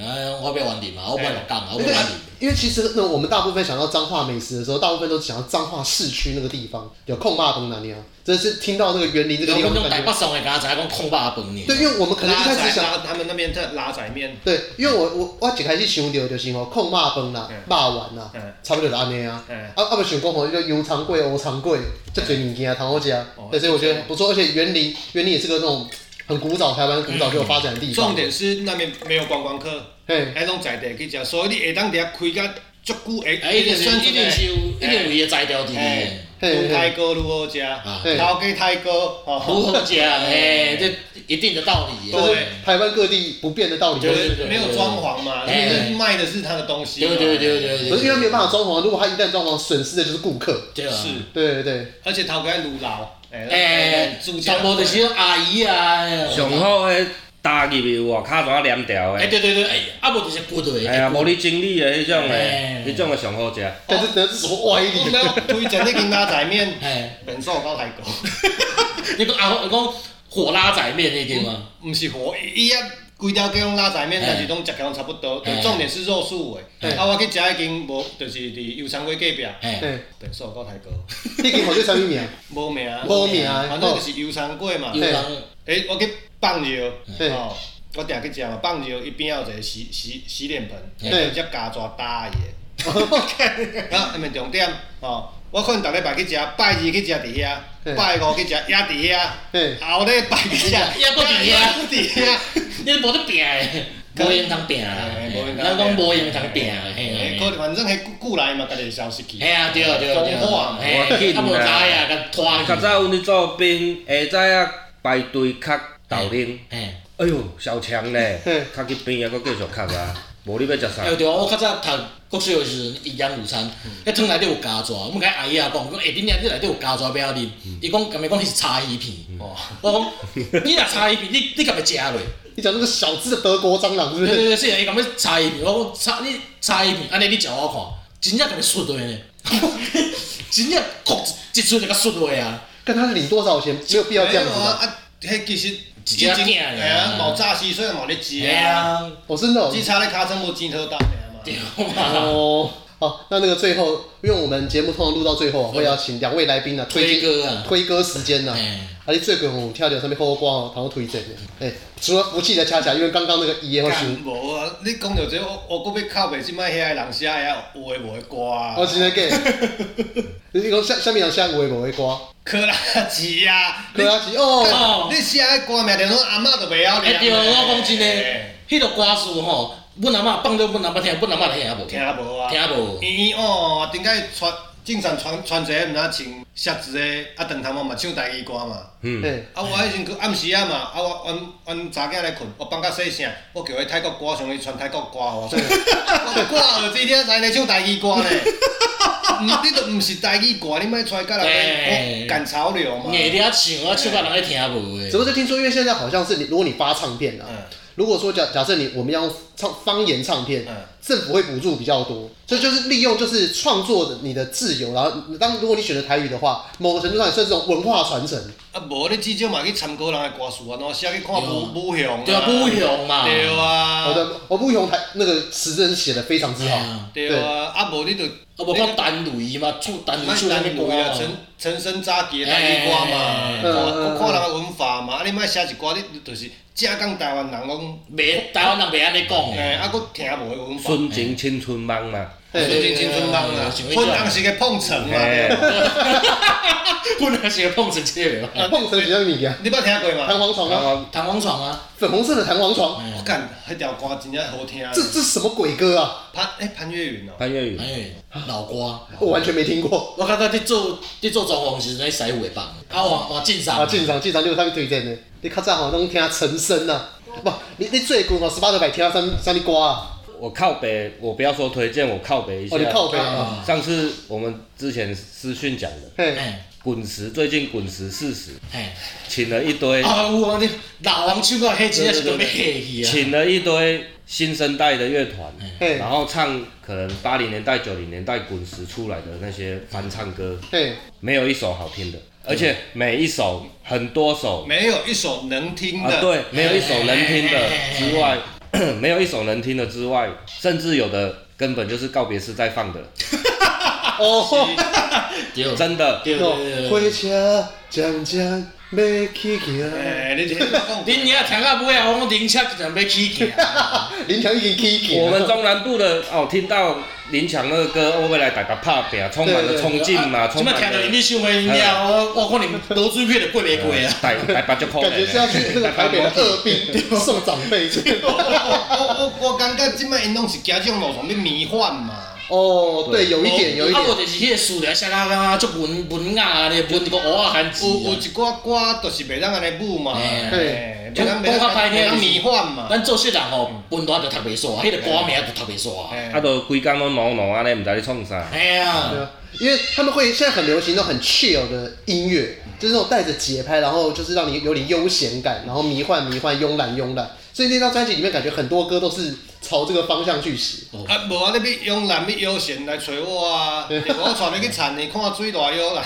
哎我要玩你嘛，我不要落港啊，我
因
不
为
要玩你。
因为其实呢，我们大部分想到彰化美食的时候，大部分都想到彰化市区那个地方有空霸崩那里啊，真是听到那个园林这
有
个地
阮
方就
种台
感
北
觉，
上的敢知讲空巴饭呢？
对，因为我们可能一
拉
开
仔
始想，
拉他们那边特拉仔面，
对，因为我我我一开始想到就是吼空霸崩啦
嗯、
霸丸啦
嗯，
差不多就安尼啊。
嗯，
啊啊！不想讲吼，那个油肠粿、乌肠粿，这嘴物件，糖好吃啊
哦。
对，所以我觉得不错，而且园林园林也是个那种很古早台湾古早就有发展的地方。
重点是那边没有观光客，
嘿，
迄哎拢在地去食，所以你下当伫遐开甲足久，会
哎，一定是
算哎
一定是有一定有伊的材料伫咧，
嘿
愈
嘿，
太高愈好食，
啊
嘿
头家哦太高，吼，
如何食？哎，这一定的道理。
就
对
是台湾各地不变的道理。
就
就是
对
是，
是没有装潢嘛，
哎
因为卖的是他的东西嘛，
对对对对
可是因为
对
他没有办法装潢，如果他一旦装潢，损失的就是顾客。
对啊。
是，
对对对，
而且头家愈老，
哎，
住家
全部就是那种阿姨啊。
上好迄搭入去有哦，骹怎黏条
哎，
的，
对对对，哎，啊无就是骨头的。
哎呀，无你经历的迄种
哎
的，迄种的上好食。
但是那是什么歪理
我？们要推荐那个拉仔面， <laughs>
哎，
本寿高台狗，
你讲啊，你讲火拉仔面那间吗？
毋是火，伊伊啊规条街拢拉仔面，
嘿
但是拢食起拢差不多，
嘿
就重点是肉素
嘿
哎
诶。啊，我去食迄间无，就是伫油长街隔壁，
哎，
嘿，
本寿高台狗，
你给我这啥物名？
无名，
无名的
反正就是油长街嘛
有。人
诶，我去放尿，
嘿
吼，我定去食嘛，放尿伊边仔有一个洗洗洗脸盆，
嘿
直接加纸搭伊的。
<laughs>
啊，下面重点哦，我可能逐礼拜去食，拜二去食伫遐
嘿，
拜五去食也伫
嘿
遐，后礼拜去食
也搁伫遐
搁
<laughs>
伫遐。
你无得拼诶，无闲通拼啦，咱讲无闲通拼诶，
诶，
嘿哎
哎可。能反正迄久来嘛，家己消失去。
嘿啊，对啊，对啊，对
讲话
啊，
嘛，
嘿，啊无知啊，甲拖
较
去，
早阮咧做兵，下早啊排队卡豆奶。
嘿，
哎哟，小强
<laughs>
咧
嘿，
卡去边啊，搁继续卡啊，无你要食啥
哎？嗯对啊，我较早读国小的时阵，营养午餐，迄汤内底有加蛇，我们甲阿姨啊讲，讲下恁娘，你内底有加蛇要晓啉，伊讲，甲咪讲是叉鱼片，
哦，
我讲你若叉鱼片，你你甲咪食落，
你讲那个小只的德国蟑螂是不
对
是？
对对，是啊，伊甲咪叉鱼片，我讲叉你叉鱼片，安尼你食我看，真正甲咪摔落呢， <laughs> 真正国一出就甲摔落啊，
跟他领多少钱，没有必要这样子
没有啊
吧？
啊，迄其实
一只囝尔
哎呀，无早死，所以嘛咧食
嘿，啊，
我真的哦
只差咧尻川无钱讨打尔嘛。
哎对嘛，
哦。好，那那个最后，因为我们节目通常录到最后啊，会要请两位来宾啊推
推
荐
歌啊，
推歌时间呐、啊。
哎。
啊，你最近有听到什么好歌哦，通推荐的？哎、除了福气的恰恰，因为刚刚那个伊也会想
干无啊！你讲到这个我我搁要靠袂即摆遐个人写遐有诶无诶歌啊
我，真的假的？你讲下下面人写有诶无诶歌，
柯拉吉啊，
可啊是哦，
哦
你写诶歌名，连阮阿嬷都袂晓
哎、
念。
对，我讲真诶
哎，，
迄个歌词吼，阮阿嬷放到阮阿嬷听，阮阿嬷听无，
听无啊？
听无。
伊哦，顶摆穿正常穿穿一个毋知穿色子诶，啊长头毛嘛唱台语歌嘛。
嗯，
哎
啊，我迄阵去暗时啊嘛，啊我阮阮查囝来困，我放较细声，我叫伊泰国歌，上去传泰国歌互我听。我挂耳机听，知咧唱台语歌咧。毋， <laughs> 你都毋是台语歌，你莫出来甲人
哎
讲赶潮流嘛。
硬了唱，我唱到人咧听无
只
诶。
不过就听说，因为现在好像是你，如果你发唱片啊，
嗯
如果说假假设你我们要用唱方言唱片，
嗯
政府会补助比较多，所以就是利用就是创作的你的自由，然后当如果你选择台语的话，某个程度上也算是一种文化传承。
啊，无你至少嘛去参考人的歌词啊，然后写去看
对啊
武武雄
对啊，不用嘛。
对
好
啊，
的，我不用台那个词真的写的非常之
哎
好。
呀，
对啊，啊无你就
啊无看单雷嘛，唱单雷
莫
唱
单
啥物歌
位啊，
啊？
陈陈升早期的台语歌嘛
哎，
我
嗯
我看人的文化嘛，啊你莫写一歌，你你就是正讲台湾人讲，
袂，台湾人袂安尼讲
诶，
诶。
啊佫听无的文化，
纯情青春梦嘛，
对
纯情青春梦啊，
对对对
分当时个碰啊撞
哦
嘛，
嘿
对吧
阮那是碰成这个嘛。
哎碰成几样物件，
你捌听过
弹
吗？
簧床
然
啊，
后
弹簧床啊，
粉红色的弹簧床，
哎
我干，迄条歌真正好听，
这这是什么鬼歌啊？
潘诶潘越云哦，
潘越云，
哎，老歌。
我完全没听过。
我感觉你做你做装潢时阵，你使有会放。啊，换换进山。
啊，进场进场就是他们推荐的，哦你较早吼拢听陈升啊，不，你你最近吼 Spotify 听到啥物啥物歌啊？
我靠北，我不要说推荐，我靠北一下。
哦，你靠背啊，
啊，
上次我们之前私讯讲的，
嘿，
哎
滚石最近滚石四十，
哎，
请了一堆，
哦
啊有啊，你老王手啊，迄真正是都要下去啊，
请了一堆新生代的乐团，
嘿
然，后唱可能八零年代、九零年代滚石出来的那些翻唱歌，
嘿，
没有一首好听的，而且每一首很多首
没有一首能听
啊，
的。
对，没有一首能听的之外， <clears throat> 没有一首能听的之外，甚至有的根本就是告别式在放的，
哦，
对对
真的。
对对对。
火车渐渐要起行，
哎，你听我讲，
恁遐听到尾啊，我讲灵车就要起去啊！
林强已经起行，
我们中南部的哦，听到林强那个歌，我会来打个怕表，充满了冲劲嘛，
即
充
摆
满
听到因
了。
咧唱的音乐，我我可能流水票就过袂过啊！
台台北就
<laughs>
可
感觉是要去那个台北的二兵 <laughs> 送长辈去。
我我我感觉即摆因拢是行这种路线，要迷幻嘛。
哦，对，有一点，有一
啊，无就
点，
是迄个词了，写到敢若足文文雅咧，文一个乌啊汉字
有有一寡歌就是袂当安尼舞嘛，
哎
哎
就
袂当袂
讲较
当
歹听
袂当迷幻嘛。
咱做穑人吼，文大就读袂煞，迄个歌名就读袂煞。
啊，
哎
都规工拢挠挠安尼，毋知你创啥。
哎呀，
啊因为他们会现在很流行那种很 chill 的音乐，就是那种带着节拍，然后就是让你有点悠闲感，然后迷幻迷幻，慵懒慵懒。所以那张专辑里面感觉很多歌都是朝这个方向去写。
啊，无啊，你要慵懒，要悠闲来找我
<laughs>
啊！对无我带你去田里看水偌慵 <laughs> 懒，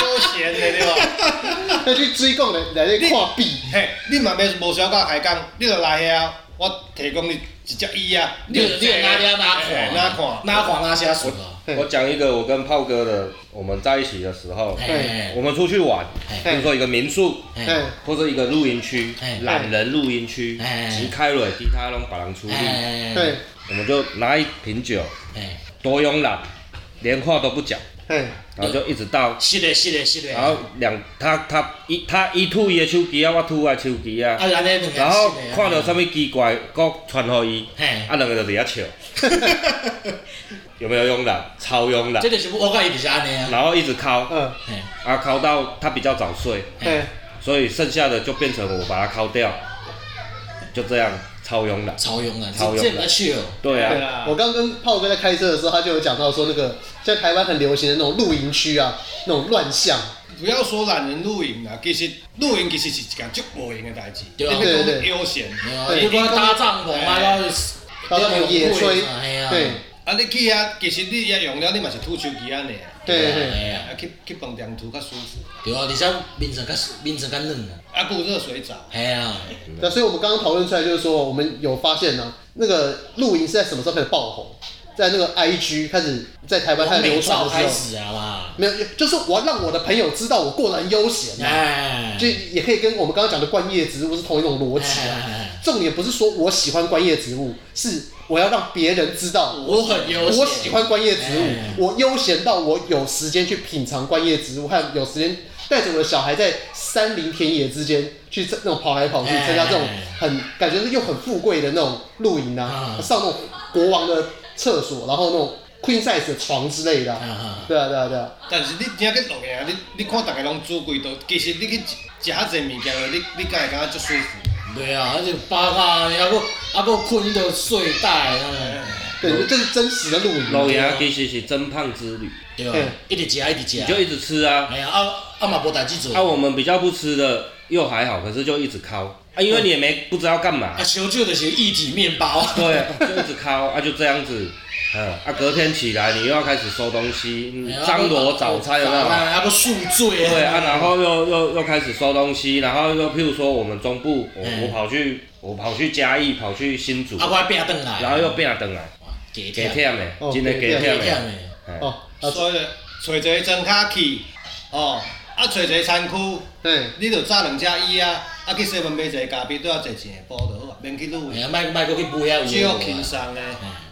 悠闲的对吧？
要 <laughs> 去追共来来那跨币，
<laughs> 嘿，你嘛免无小甲开工，你就来遐，啊我提供你一只椅啊，
你就你就拿了拿
哎
看，
哪看？
哪看哪写顺啊！
嘿
我讲一个我跟炮哥的，我们在一起的时候，
哎
我们出去玩，比如说一个民宿，
哎
或者一个露营区
哎，
懒人露营区
哎，
只开落其他拢别人出力，
哎
对，
我们就拿一瓶酒，
哎，
多慵懒，连话都不讲，
嘿，
然后就一直到，
是的，是的，是的。
然后两他他一他一吐伊的手机啊，我吐我的手机啊
啊，，安尼两个
然后看到啥物奇怪，搁传互伊，
嘿
啊两个就伫遐笑，有没有慵懒？超慵懒
这，就是我甲伊就是安尼啊。
然后一直敲，
嗯，
嘿
啊敲到他比较早睡，
嘿，
所以剩下的就变成我把它敲掉，就这样超慵懒。
超勇啊，
超勇啊
这这比较笑。
对
对
啊，
啦
我刚刚跟炮哥在开车的时候，他就有讲到说，那个在台湾很流行的那种露营区啊，那种乱象，
不要说懒人露营啦，其实露营其实是一件足无闲的代志，
对啊
你要
对
讲
对
悠闲。
对啊，
对
你讲搭帐篷啊，
哎
要
然后那种野炊
哎呀，，
对
啊，你去遐，其实你遐用了，你嘛是吐手机安尼啊，
对
啊
对，
哎呀
啊去去饭店吐较舒服，
对啊，而且面层较面层较软啊，
啊，还有热水澡。
哎呀，
那所以我们刚刚讨论出来就是说，我们有发现呢、那个露营是在什么时候开始爆红？在那个 IG 开始在台湾开
从
始流
美
传
照
的
开
时候，
始啊啦，
没有，就是我要让我的朋友知道我过得很悠闲啊，
哎，
就也可以跟我们刚刚讲的观叶植物是同一种逻辑
哎
啊
哎。哎
重点不是说我喜欢观叶植物，是我要让别人知道
我很悠闲，
我喜欢观叶植物
哎，
我悠闲到我有时间去品尝观叶植物，还有时间带着我的小孩在山林田野之间去这那种跑来跑去，
哎
参加这种很感觉是又很富贵的那种露营啊，
啊
上那种国王的厕所，然后那种 queen size 的床之类的啊、
啊
对啊，对啊，对啊，
但是你真去露营啊，你你看逐个拢煮几道，其实你去食遐济物件落，你你敢会感觉足舒服？
对啊，而且包啊，还佫还佫困到睡袋，哎
对，这是真实的露营啊。
露营其实是增胖之旅，
对啊
嗯，
一直食一直
你就一
食，
直吃啊。
哎呀，啊啊嘛无代志做，
啊，我们比较不吃的又还好，可是就一直敲啊，因为你也没不知道干嘛
啊，，烧酒就是一体面包，
对，就一直敲啊，就这样子。嗯，啊，隔天起来你又要开始收东西，嗯张罗早餐有没有？
啊，佫宿醉
对啊，然后又又又开始收东西，然后又譬如说我们中部，我
嗯
我跑去我跑去嘉义，跑去新竹
啊，，我变转来，
然后又变等来，
加
给
忝，
忝的
哦，
真的给
加
忝
忝
的。
的，
哎
哦，啊，
所以找一个庄卡去，哦，啊找一个餐区，
对，
你着扎两只椅啊，啊去西门买一个咖啡桌，坐一下步就好啊，免去露
哎
营，
呀，莫莫佫去买遐有
少
的
轻
无的啊，
松诶。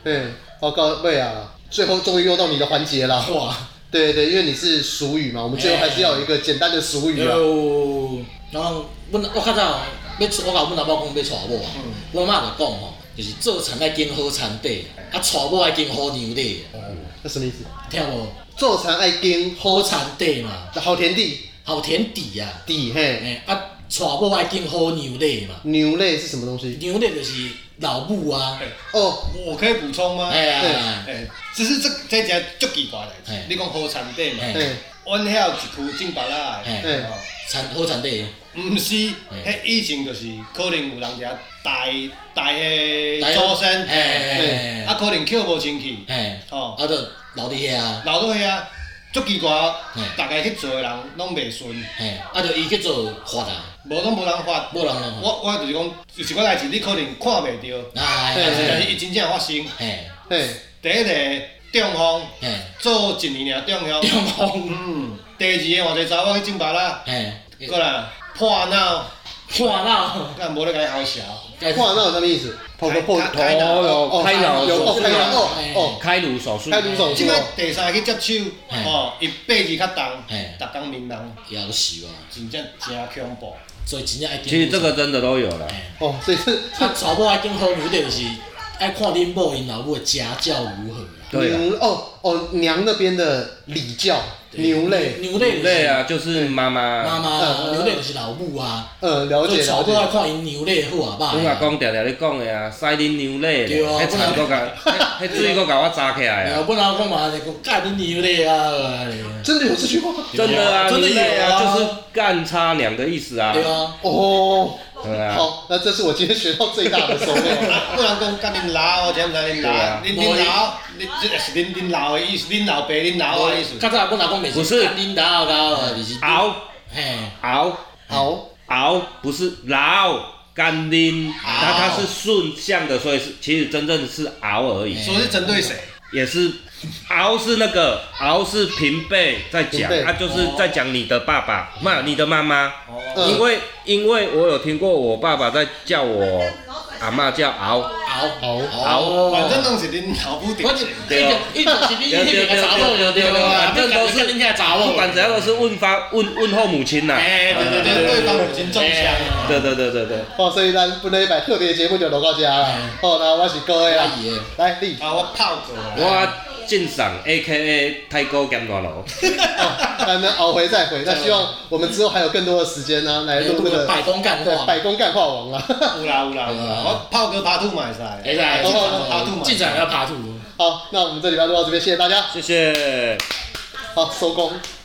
对，报告位啊，最后终于又到你的环节了。
哇。
对对，因为你是俗语嘛，我们最后还是要有一个简单的俗语啊。
有，然后阮我较早要娶，我甲阮阿某讲要娶某啊，阮阿妈就讲吼，就是做田爱拣好田地，啊娶某爱拣好娘地，
那什么意思？
听无？
坐船爱跟
好
好
田地嘛，
好田地
好田地啊，
地嘿，
嘿，啊娶某爱敬好娘嘞嘛，
牛肋是什么东西？
娘嘞就是老母啊，
哦，
我可以补充吗？
哎呀，
哎，只是这这件足奇怪的代
哎
志。你讲好产地嘛，
哎
哎
阮遐有一区种白啦
哎
的，哦
产好产地，
毋是，
哎
迄以前就是可能有人遐代代
代
的祖
哎
先，
哎哎
哎啊可能捡无清气，
嘿，
哦
啊就留伫遐，
留到遐啊足奇怪哦
哎，
大家去做的人拢袂顺，
嘿，啊就伊去做法啊，
无拢无人发。
无人啊，
我我就是讲，有一寡代志你可能看袂到，
哎
但是但是
哎，
伊真正发生。
嘿，
嘿，
第一个中风，
嘿，
做一年尔中风。
中风，
嗯，第二个偌济查某去种白啦，
嘿，
过来破脑，
看到，
咱无咧甲伊好笑。
哎
哇，那有什么意思？头个破
开
头有开脑哎
有
手
哦，
术
开脑
啊，
哦哦，
开颅手术，
开颅手
即
术
摆
哦，
第三个接手，
嘿
吼，伊八字较重
嘿，
逐工面人，
夭寿啊，
真正真恐怖。
所以真正爱
其
敬
实这个真的都有了。
哦，所以是
啊，查某爱敬好娘嘞就是爱看恁某因老母的家教如何啊，
对啊，
牛哦哦娘那边的礼教牛肋，
牛嘞，
对，啊，就是妈
妈
妈。
妈啊，牛嘞就是老母啊。
呃，了
就
解
查
了
某爱
解，
看因娘嘞好啊
阮阿
歹，
公常常咧讲的啊，塞恁牛奶咧，
对啊
迄田都甲，迄迄水都甲我扎起来
然
啊，
后本来我嘛是讲嫁恁娘嘞啊， <laughs> 对
真的有这句话
真的啊，
真的有啊
牛奶啊，就是干擦娘的意思啊，
啊，
哦。
对啊，
好，那这是我今天学到最大的收
<laughs>
获。
啊，不能讲甲恁老，我真毋知恁
对啊
老，恁恁老，恁这是恁恁老的意思，恁老爸恁老的意思。
较早本来讲袂
不是
干恁老老啊，就是
熬
嘿，
熬
好，
熬不是老干拎，它它是顺向的，所以是其实真正是熬而已，
所以是针对谁？
也是熬是那个熬是平辈在
平
讲，
辈
他、就是在讲你的爸爸，骂你的妈妈，
哦，
嗯
因为因为我有听过我爸爸在叫我阿嬷叫熬，
熬
熬
熬
反正拢是恁老母定
反正
性。
一种一种是你迄边的查某就对啊，
反正都是
恁遐查
不
某，
管怎样都是问发问问候母亲呐、
哎，对对对
对对，
对
对
对
方有真中枪。
对对对对对，
哦，所以咱本来一百特别节目就录到这啊啦。好，那我是各位
阿
啦，
姨的，
来你，
啊，我泡过啊。
我敬赏 A K A 泰国咸大佬，
<laughs> 咱们熬回再回。那希望我们之后还有更多的时间呢，来啊录那
个
个
百工干
对
话，
百工干话王啊。 <laughs>
有啦有啦有啦，我炮哥爬兔嘛会使，
会使，
哦
爬兔嘛，
进展要爬兔。
好，那我们这礼拜录到这边，谢谢大家。
谢谢。
好，收工。